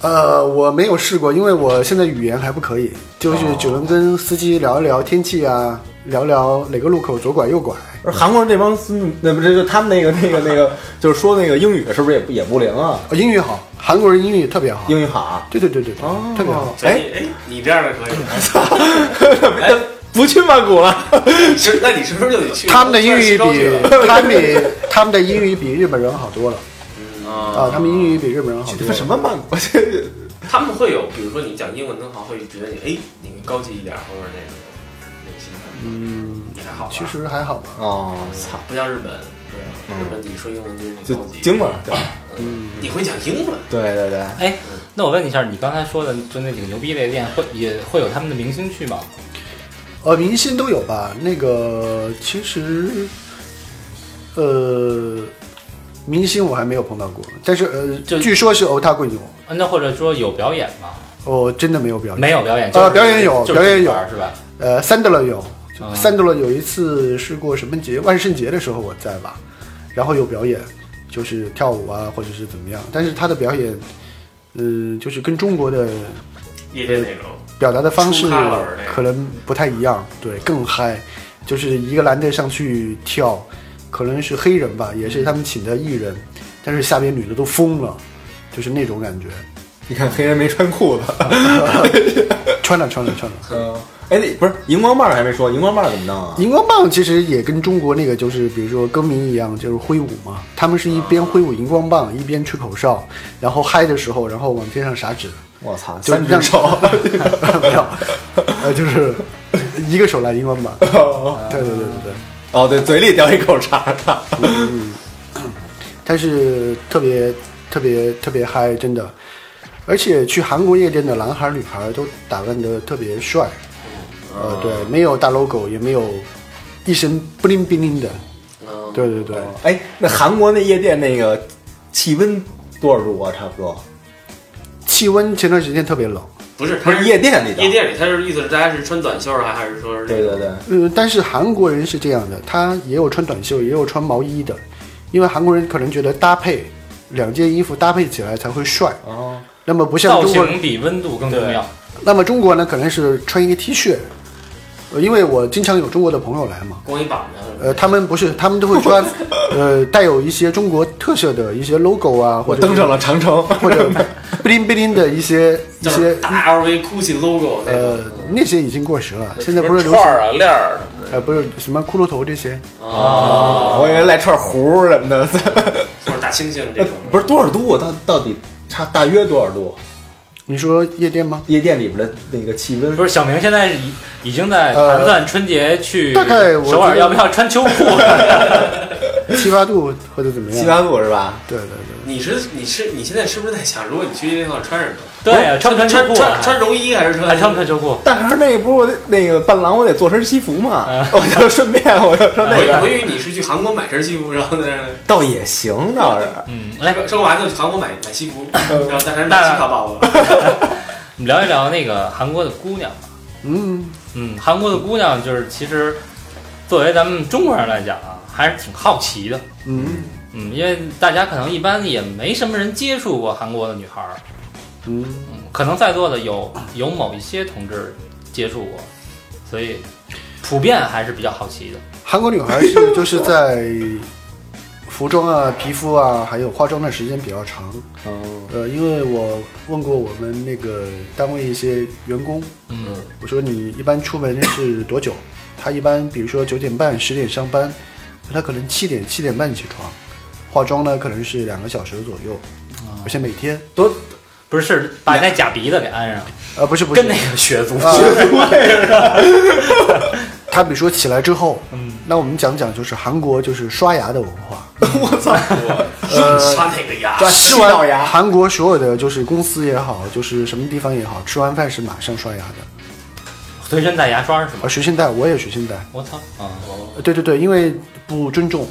Speaker 6: 呃，我没有试过，因为我现在语言还不可以，就是
Speaker 5: 哦
Speaker 6: 只能跟司机聊一聊天气啊，聊聊哪个路口左拐右拐。
Speaker 5: 而韩国人这帮孙，那不是就他们那个那个那个，就是说那个英语是不是也不也不灵啊？
Speaker 6: 呃英语好，韩国人英语特别好。
Speaker 5: 英语好啊？
Speaker 6: 对对对对对，特别好。
Speaker 3: 所以哎，你这样的可以，
Speaker 5: 不去曼谷了，
Speaker 3: 是那你是不是就得去？
Speaker 6: 他们的英语
Speaker 3: 高级
Speaker 6: 比
Speaker 3: 了
Speaker 6: 他们比他们的英语比日本人好多了啊，他们英语比日本人好
Speaker 5: 去他
Speaker 6: 多
Speaker 5: 妈什
Speaker 6: 了。
Speaker 5: 么曼谷？去
Speaker 3: 他们会有，比如说你讲英文的话，会觉得你哎，你高级一点，或者那个那个心态，嗯，还
Speaker 5: 啊
Speaker 3: 好吧，
Speaker 6: 其实还好吧，
Speaker 5: 哦，操，
Speaker 3: 不像日本，对，啊日本你说英文就是你
Speaker 5: 就
Speaker 3: 高级，
Speaker 5: 惊了，对
Speaker 3: 你会讲英文，
Speaker 5: 对对对，
Speaker 2: 哎，那我问你一下，你刚才说的就那几个牛逼的店，会也会有他们的明星去吗？
Speaker 6: 呃，明星都有吧？那个其实，呃，明星我还没有碰到过，但是
Speaker 2: 就
Speaker 6: 呃，据说是欧塔贵有，
Speaker 2: 啊那或者说有表演吗？
Speaker 6: 我哦真的没有表演。
Speaker 2: 没有表演，
Speaker 6: 呃
Speaker 2: 就是
Speaker 6: 表演有
Speaker 2: 就是
Speaker 6: 表演有
Speaker 2: 玩儿是吧？
Speaker 6: 呃，三德勒有
Speaker 2: 啊，
Speaker 6: 三德勒有一次是过什么节，万圣节的时候我在吧，然后有表演，就是跳舞啊，或者是怎么样，但是他的表演，嗯、就是跟中国的
Speaker 3: 夜店那种，
Speaker 6: 表达的方式
Speaker 3: 出咖了那个
Speaker 6: 可能不太一样，对，更嗨，就是一个男的上去跳，可能是黑人吧，也是他们请的艺人，但是下边女的都疯了，就是那种感觉，
Speaker 5: 你看黑人没穿裤子。
Speaker 6: 穿了穿了穿了。
Speaker 5: 嗯，哎，那不是荧光棒还没说，荧光棒怎么弄啊？
Speaker 6: 荧光棒其实也跟中国那个就是，比如说歌迷一样，就是挥舞嘛。他们是一边挥舞荧光棒，一边吹口哨，然后嗨的时候，然后往天上撒纸，
Speaker 5: 我操，
Speaker 6: 就
Speaker 5: 三只手，
Speaker 6: 没有，呃，就是一个手拿荧光棒。对对对对对，
Speaker 5: *laughs* 哦，对，嘴里叼一口茶的，
Speaker 6: 但是特别特别特别嗨，真的。而且去韩国夜店的男孩儿女孩儿都打扮得特别帅，呃，对，没有大 logo，也没有一身不灵不灵的，
Speaker 3: 嗯，
Speaker 6: 对对对，
Speaker 5: 哎，那韩国那夜店那个气温多少度啊？差不多
Speaker 6: 气温前段时间特别冷，
Speaker 3: 不是，
Speaker 5: 不
Speaker 3: 它
Speaker 5: 是夜店里的，
Speaker 3: 夜店里，他是意思是大家是穿短袖啊，还是说是
Speaker 5: 对对对，
Speaker 6: 呃，但是韩国人是这样的，他也有穿短袖，也有穿毛衣的，因为韩国人可能觉得搭配两件衣服搭配起来才会帅，
Speaker 5: 哦，
Speaker 6: 那么不像
Speaker 2: 造
Speaker 6: 中国人
Speaker 2: 型比温度更重要。
Speaker 6: 那么中国呢，可能是穿一个 T 恤，呃，因为我经常有中国的朋友来嘛，
Speaker 3: 光一膀子？
Speaker 6: 呃，他们不是，他们都会
Speaker 4: *laughs*
Speaker 6: 穿，呃，带有一些中国特色的一些 logo 啊，或
Speaker 5: 我
Speaker 6: 者
Speaker 5: 登上了长城，
Speaker 6: 或者 bling bling 的一些一
Speaker 3: 就是
Speaker 6: 些
Speaker 3: 大 LV、GUCCI logo 那
Speaker 6: 呃
Speaker 3: 种，
Speaker 6: 那些已经过时了，现在不是流
Speaker 4: 串
Speaker 6: 行
Speaker 4: 儿啊链儿什么的，
Speaker 6: 呃不是什么骷髅头这些，
Speaker 5: *laughs* 我以为来串胡什么的，
Speaker 3: 或者大猩猩这种。
Speaker 5: 哎不是多少度？啊到到底差大约多少度？
Speaker 6: 你说夜
Speaker 2: *laughs*
Speaker 6: 店吗？
Speaker 5: 夜店里边的那个气温
Speaker 2: 不是小明现在已已经在盘算春节去
Speaker 6: 呃大概我
Speaker 2: 首尔
Speaker 6: 觉得
Speaker 2: 要不要穿
Speaker 6: *laughs*
Speaker 2: 秋裤了。
Speaker 6: 七八度或者怎么
Speaker 5: 七
Speaker 6: 样？
Speaker 5: 八度是吧？
Speaker 6: 对对对，
Speaker 3: 你是你是你现在是不是在想，如果你去夜店要穿什么？
Speaker 2: 对啊，穿不穿
Speaker 3: 穿
Speaker 2: 秋裤啊
Speaker 3: 穿？穿绒衣还是
Speaker 2: 还
Speaker 3: 穿
Speaker 2: 穿不穿秋裤？啊
Speaker 5: 但是那不我得那个伴郎我得做身西服嘛， *laughs* 我就顺便我就说那
Speaker 3: 啊我我
Speaker 5: 个
Speaker 3: 以为你是去韩国买身西服，然后在那儿
Speaker 5: 倒也行，倒是
Speaker 2: 嗯，来，
Speaker 3: 说完就去韩国买买西服，然后在那儿买西卡包了。
Speaker 2: 我们聊一聊那个韩国的姑娘。
Speaker 6: 嗯，
Speaker 2: 嗯，韩国的姑娘就是其实作为咱们中国人来讲啊，还是挺好奇的。
Speaker 6: 嗯，
Speaker 2: 嗯，因为大家可能一般也没什么人接触过韩国的女孩儿。
Speaker 6: 嗯，
Speaker 2: 可能在座的有有某一些同志接触过，所以普遍还是比较好奇的。
Speaker 6: 韩国女孩是就是在服装啊、皮肤啊，还有化妆的时间比较长。
Speaker 2: 哦
Speaker 5: 嗯
Speaker 6: 呃，因为我问过我们那个单位一些员工，
Speaker 2: 嗯，
Speaker 6: 我说你一般出门是多久？他一般比如说九点半、十点上班，他可能七点、七点半起床，化妆呢可能是两个小时左右，
Speaker 2: 啊
Speaker 6: 而且每天，
Speaker 5: 多
Speaker 2: 不是，是把那假鼻子给安上，
Speaker 6: 呃，不是不是
Speaker 2: 跟，那个学足。
Speaker 6: 呃
Speaker 2: *laughs*
Speaker 6: 他比如说起来之后，那我们讲讲就是韩国就是刷牙的文化，
Speaker 3: 刷哪个牙？
Speaker 6: 吃
Speaker 5: 到
Speaker 6: 完
Speaker 5: 牙
Speaker 6: 韩国所有的就是公司也好，就是什么地方也好，吃完饭是马上刷牙的。
Speaker 2: 随身带牙刷是吗？
Speaker 6: 而学现代我也学现代，
Speaker 2: 我操啊！
Speaker 6: 呃对对对，因为不尊重，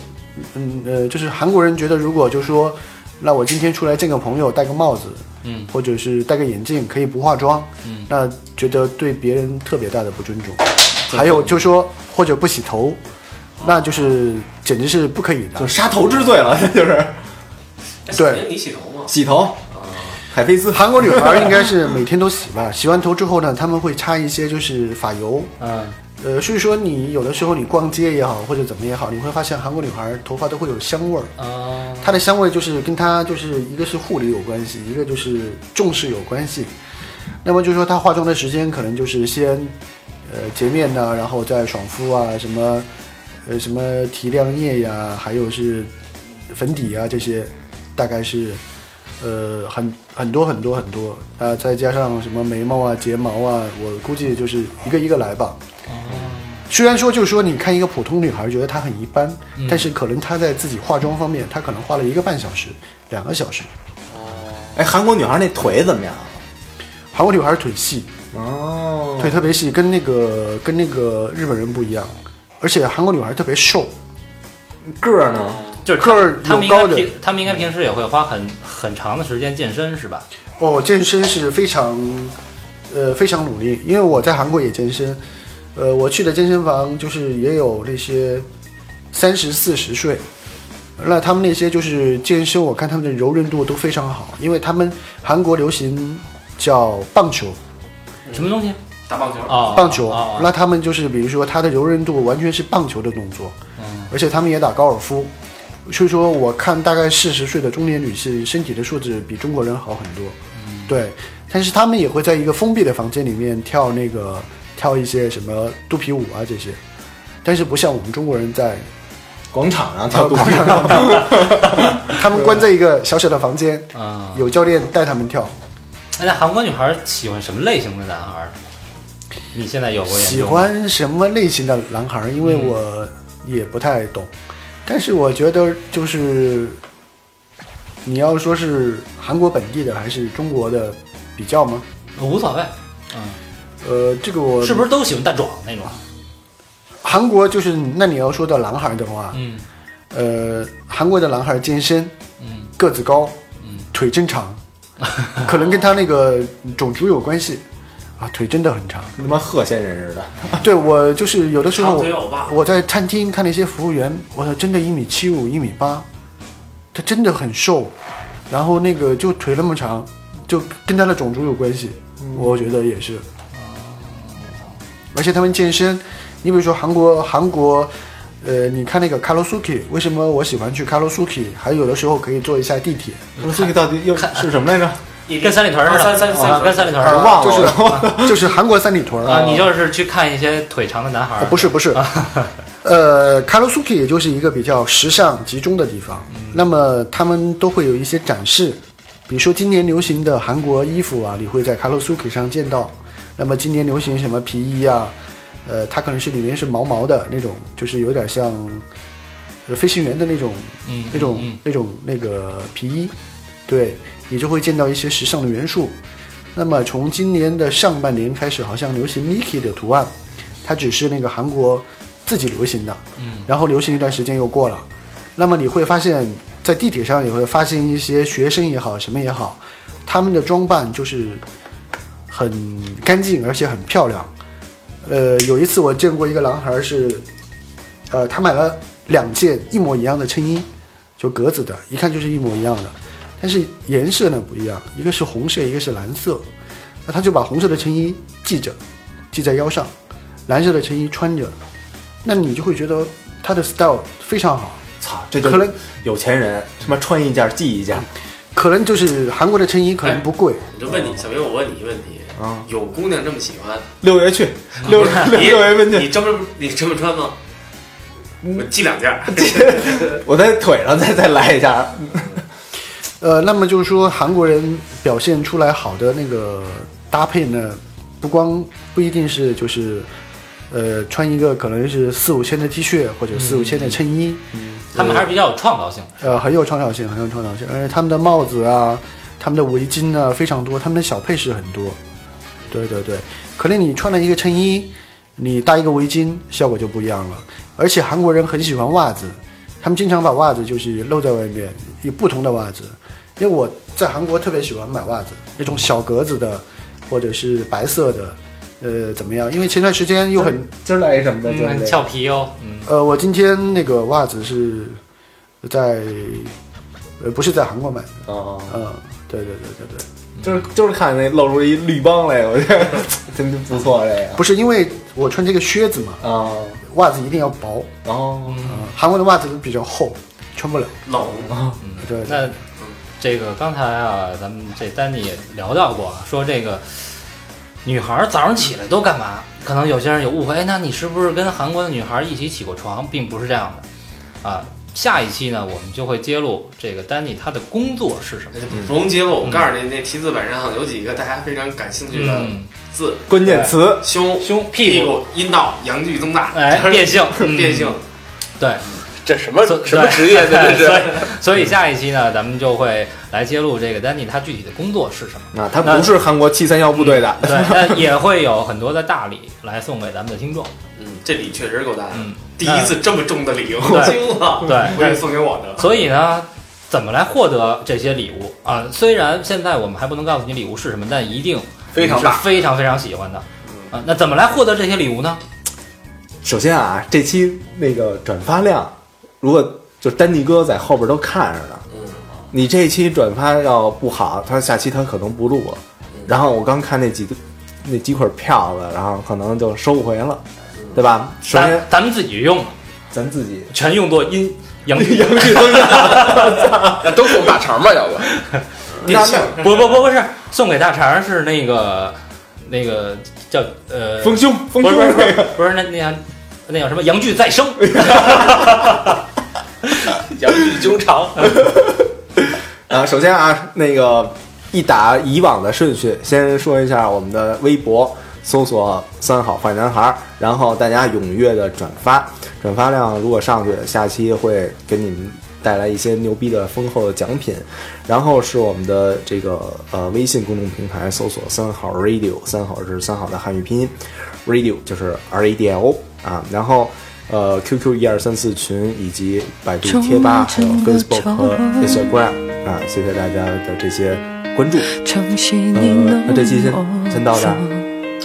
Speaker 6: 嗯呃，就是韩国人觉得如果就说，那我今天出来见个朋友戴个帽子，
Speaker 2: 嗯，
Speaker 6: 或者是戴个眼镜，可以不化妆，
Speaker 2: 嗯，
Speaker 6: 那觉得对别人特别大的不尊重。还有就说或者不洗头，那就是简直是不可以的
Speaker 5: 就。杀头之罪了， *laughs* 那就是
Speaker 6: 对，
Speaker 3: 你洗头吗？
Speaker 5: 洗头，海飞丝
Speaker 6: 韩国女孩应该是每天都洗吧， *laughs* 洗完头之后呢，她们会擦一些就是发油，
Speaker 2: 嗯，
Speaker 6: 呃，所以说你有的时候你逛街也好，或者怎么也好，你会发现韩国女孩头发都会有香味儿，
Speaker 2: 啊，
Speaker 6: 它的香味就是跟它就是一个是护理有关系，一个就是重视有关系。那么就是说她化妆的时间可能就是先呃洁面呐、然后再爽肤啊，什么呃什么提亮液呀、还有是粉底啊这些，大概是呃很很多很多很多啊、再加上什么眉毛啊、睫毛啊，我估计就是一个一个来吧。虽然说，就是说，你看一个普通女孩，觉得她很一般，但是可能她在自己化妆方面，她可能花了一个半小时、两个小时。
Speaker 5: *laughs* 哎，韩国女孩那腿怎么样？
Speaker 6: 韩国女孩腿细，
Speaker 5: 哦，
Speaker 6: 腿特别细，跟那个跟那个日本人不一样，而且韩国女孩特别瘦，
Speaker 5: 个儿呢？
Speaker 2: 就是
Speaker 6: 个儿
Speaker 2: 他们
Speaker 6: 有
Speaker 2: 应该
Speaker 6: 高的
Speaker 2: 平，他们应该平时也会花很很长的时间健身是吧？
Speaker 3: 嗯
Speaker 6: 哦，健身是非常，呃，非常努力，因为我在韩国也健身，呃，我去的健身房就是也有那些三十四十岁，那他们那些就是健身，我看他们的柔韧度都非常好，因为他们韩国流行叫棒球，
Speaker 2: 什么东西
Speaker 3: 打棒球
Speaker 2: 啊？
Speaker 6: 棒球，
Speaker 2: 啊，
Speaker 6: 那他们就是比如说他的柔韧度完全是棒球的动作，而且他们也打高尔夫，所以说我看大概四十岁的中年女性身体的素质比中国人好很多，对，但是他们也会在一个封闭的房间里面跳那个跳一些什么肚皮舞啊这些，但是不像我们中国人在
Speaker 5: 啊广场上跳肚皮，
Speaker 6: 他们关在一个小小的房间，
Speaker 2: 啊，
Speaker 6: 有教练带他们跳，
Speaker 2: 哎那韩国女孩喜欢什么类型的男孩儿？你现在有过研究？
Speaker 6: 喜。欢什么类型的男孩儿？因为我也不太懂，但是我觉得就是你要说
Speaker 2: 呃
Speaker 6: 是韩国本地的还是中国的比较吗？
Speaker 2: 无所谓，
Speaker 6: 呃，这个我
Speaker 2: 是不是都喜欢大壮那种？
Speaker 6: 韩国就是，那你要说到男孩的话，
Speaker 8: 嗯
Speaker 6: 呃，韩国的男孩健身，
Speaker 8: 嗯
Speaker 6: 个子高，
Speaker 8: 嗯
Speaker 6: 腿真长，可能跟他那个种族有关系啊，腿真的很长。
Speaker 5: *laughs* 跟他妈贺先生似的，
Speaker 6: 对我就是有的时候
Speaker 3: 长腿欧巴
Speaker 6: 我我在餐厅看那些服务员，我操，真的一米七五、一米八，他真的很瘦，然后那个就腿那么长，就跟他的种族有关系，我觉得也是。而且他们健身，你比如说韩国，韩国，呃，你看那个 Karosuki，为什么我喜欢去 Karosuki？还有的时候可以坐一下地铁，
Speaker 5: 说这个到底又是什么来着？
Speaker 2: 跟三里屯似的，
Speaker 3: 三三三
Speaker 2: 啊跟三里屯似
Speaker 5: 啊
Speaker 2: 的。
Speaker 5: 忘了
Speaker 6: 就是就是 *laughs* 韩国三里屯
Speaker 2: 啊，你就是去看一些腿长的男孩儿
Speaker 6: 啊，，不
Speaker 8: *laughs*
Speaker 6: 是不是，呃，Karosuke 也就是一个比较时尚集中的地方。
Speaker 8: 嗯
Speaker 6: 那么他们都会有一些展示，比如说今年流行的韩国衣服啊，你会在 Karosuke 上见到。那么今年流行什么皮衣啊，呃，它可能是里面是毛毛的那种，就是有点像呃飞行员的那种
Speaker 8: 嗯，
Speaker 6: 那种、
Speaker 8: 嗯
Speaker 6: 那种那个皮衣，对你就会见到一些时尚的元素。那么从今年的上半年开始，好像流行 Mickey 的图案，它只是那个韩国自己流行的，
Speaker 8: 嗯，
Speaker 6: 然后流行一段时间又过了。那么你会发现，在地铁上也会发现一些学生也好，什么也好，他们的装扮就是很干净，而且很漂亮。呃，有一次我见过一个男孩儿是，呃，他买了两件一模一样的衬衣，就格子的，一看就是一模一样的，但是颜色呢不一样，一个是红色，一个是蓝色。那他就把红色的衬衣系着，系在腰上，蓝色的衬衣穿着，那你就会觉得他的 style 非常好。
Speaker 5: 操，这就
Speaker 6: 可能
Speaker 5: 有钱人他妈穿一件记一件，
Speaker 6: 可能就是韩国的衬衣可能不贵，
Speaker 3: 我就问你，小明，我问你一个问题
Speaker 5: 啊，
Speaker 3: 有姑娘这么喜欢，
Speaker 5: 六月去， *laughs* 六六
Speaker 3: 你
Speaker 5: 六月份去，
Speaker 3: 你这么你这么穿吗？我系两件儿，
Speaker 5: 我在腿上再再来一下，
Speaker 6: 呃，那么就是说韩国人表现出来好的那个搭配呢，不光不一定是就是，呃，穿一个可能是四五千的 T 恤或者四五千的衬衣，
Speaker 2: 他们还是比较有创造性的。
Speaker 6: 呃，很有创造性，很有创造性，而且他们的帽子啊，他们的围巾啊非常多，他们的小配饰很多。对对对，可能你穿了一个衬衣，你搭一个围巾，效果就不一样了。而且韩国人很喜欢袜子，他们经常把袜子就是露在外面，有不同的袜子。因为我在韩国特别喜欢买袜子，那种小格子的，或者是白色的，呃，怎么样？因为前段时间又很
Speaker 5: 今儿来一什么的，就
Speaker 2: 嗯，
Speaker 5: 是
Speaker 2: 俏皮哦，嗯，
Speaker 6: 呃，我今天那个袜子是在，呃，不是在韩国买的，
Speaker 5: 这啊，
Speaker 6: 嗯，对对对对对，
Speaker 5: 就是就是看那露出一绿帮来，我觉得 *laughs* 真的不错这个
Speaker 6: 不是因为我穿这个靴子嘛，
Speaker 5: 啊，
Speaker 6: 袜子一定要薄，
Speaker 5: 然后
Speaker 6: 嗯，韩国的袜子都比较厚，穿不了。
Speaker 3: 冷。
Speaker 6: 对，
Speaker 2: 那这个刚才啊，咱们这丹尼也聊到过啊，说这个女孩儿早上起来都干嘛？可能有些人有误会，哎，那你是不是跟韩国的女孩儿一起起过床？并不是这样的啊。下一期呢，我们就会揭露这个丹尼他的工作是什么。
Speaker 3: 不用揭露，我告诉你，那题字本上有几个大家非常感兴趣的
Speaker 2: 嗯，
Speaker 3: 字：
Speaker 5: 关键词
Speaker 3: 胸、
Speaker 2: 胸、
Speaker 3: 屁
Speaker 2: 屁股，
Speaker 3: 股、阴道、阳具、增大、
Speaker 2: 哎，变性，嗯
Speaker 3: 变性。
Speaker 2: 对，
Speaker 4: 这什么
Speaker 2: 所
Speaker 4: 什么职业呢？
Speaker 2: 所
Speaker 4: 这
Speaker 2: 以
Speaker 4: 是，
Speaker 2: 所以下一期呢，咱们就会来揭露这个丹尼他具体的工作是什么。
Speaker 5: 啊，他不是韩国七三幺部队的，
Speaker 2: 对，但也会有很多的大礼来送给咱们的听众。
Speaker 3: 嗯，这礼确实够大的
Speaker 2: 嗯，
Speaker 3: 第一次这么重的礼，我
Speaker 2: 对
Speaker 3: 惊了。
Speaker 2: 对
Speaker 3: 我也送给我的。
Speaker 2: 所以呢，怎么来获得这些礼物啊？虽然现在我们还不能告诉你礼物是什么，但一定
Speaker 4: 非常
Speaker 2: 是
Speaker 4: 大
Speaker 2: 非常非常喜欢的。
Speaker 5: 嗯
Speaker 2: 啊，那怎么来获得这些礼物呢？
Speaker 5: 首先啊，这期那个转发量，如果就是丹尼哥在后边都看着呢，
Speaker 3: 嗯
Speaker 5: 你这期转发要不好，他下期他可能不录了。然后我刚看那几个那几捆票子，然后可能就收不回了，对吧？首先
Speaker 2: 咱咱们自己用，
Speaker 5: 咱自己
Speaker 2: 全用作
Speaker 5: *laughs*
Speaker 2: 阴阳
Speaker 5: 杨旭东
Speaker 4: 那都送大肠吧，要不
Speaker 5: 那
Speaker 2: *laughs*
Speaker 5: 那
Speaker 2: 不不不不是送给大肠是那个那个叫呃
Speaker 5: 丰胸丰
Speaker 2: 不
Speaker 5: 胸
Speaker 2: 是不是不
Speaker 5: 那
Speaker 2: 是
Speaker 5: 个
Speaker 2: 不是那那样那叫什么阳具再生。
Speaker 4: 养育纠缠。
Speaker 5: 啊，首先啊，那个一打以往的顺序，先说一下我们的微博，搜索“三好坏男孩”，然后大家踊跃的转发，转发量如果上去，下期会给你们带来一些牛逼的丰厚的奖品。然后是我们的这个呃微信公众平台，搜索“三好 radio”，三好是三好的汉语拼音，radio 就是 R A D I O 啊。然后呃 QQ 一二三四群以及百度贴吧，还有 Facebook 和 Instagram 啊，谢谢大家的这些关注。
Speaker 9: 承袭你
Speaker 5: 呃
Speaker 9: 浓，
Speaker 5: 那这期先先到这儿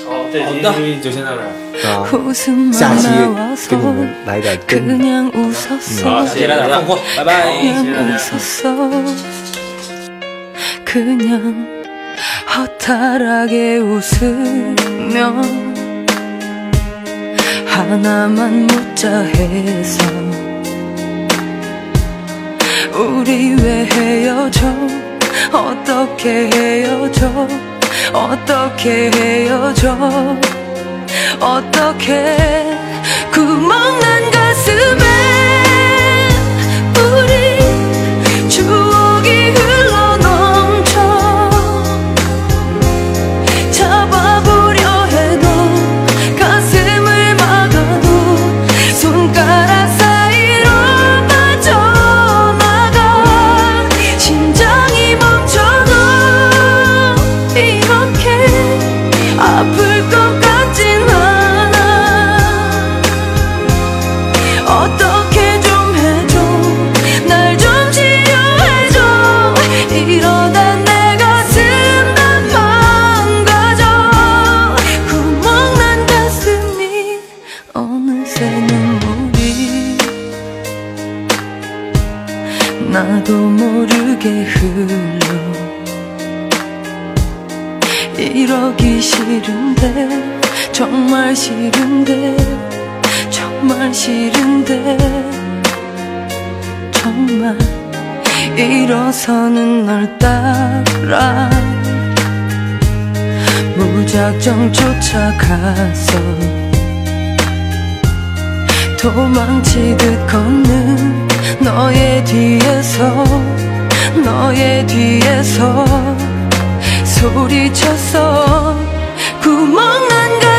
Speaker 3: 好，这期就先到这儿。
Speaker 5: 啊，
Speaker 9: 儿
Speaker 5: 下期给你们来点真的。
Speaker 3: 好，谢谢大家，放过，拜拜，谢谢大家。
Speaker 9: 그냥 허탈하게 웃으며 하나만 묻자 해서 우리 왜 헤어져 어떻게 헤어져 어떻게 헤어져 어떻게 구멍난 가슴에 우리 추억이 흘러 넘쳐 잡아보려 해도 가슴을 막아도 손가락 사이로 빠져나가 심장이 멈춰도 이렇게 아플 것 같진 않아 어떻게 좀 해줘 날 좀 치료해줘 이러다 내 가슴 다 망가져 구멍난 가슴이 어느새 눈물이 나도 모르게 흘러 이러기 싫은데 정말 싫은데 정말 싫은데 정말 일어서는 널 따라 무작정 쫓아가서 도망치듯 걷는 너의 뒤에서 너의 뒤에서 소리쳤어 구멍난 가 어,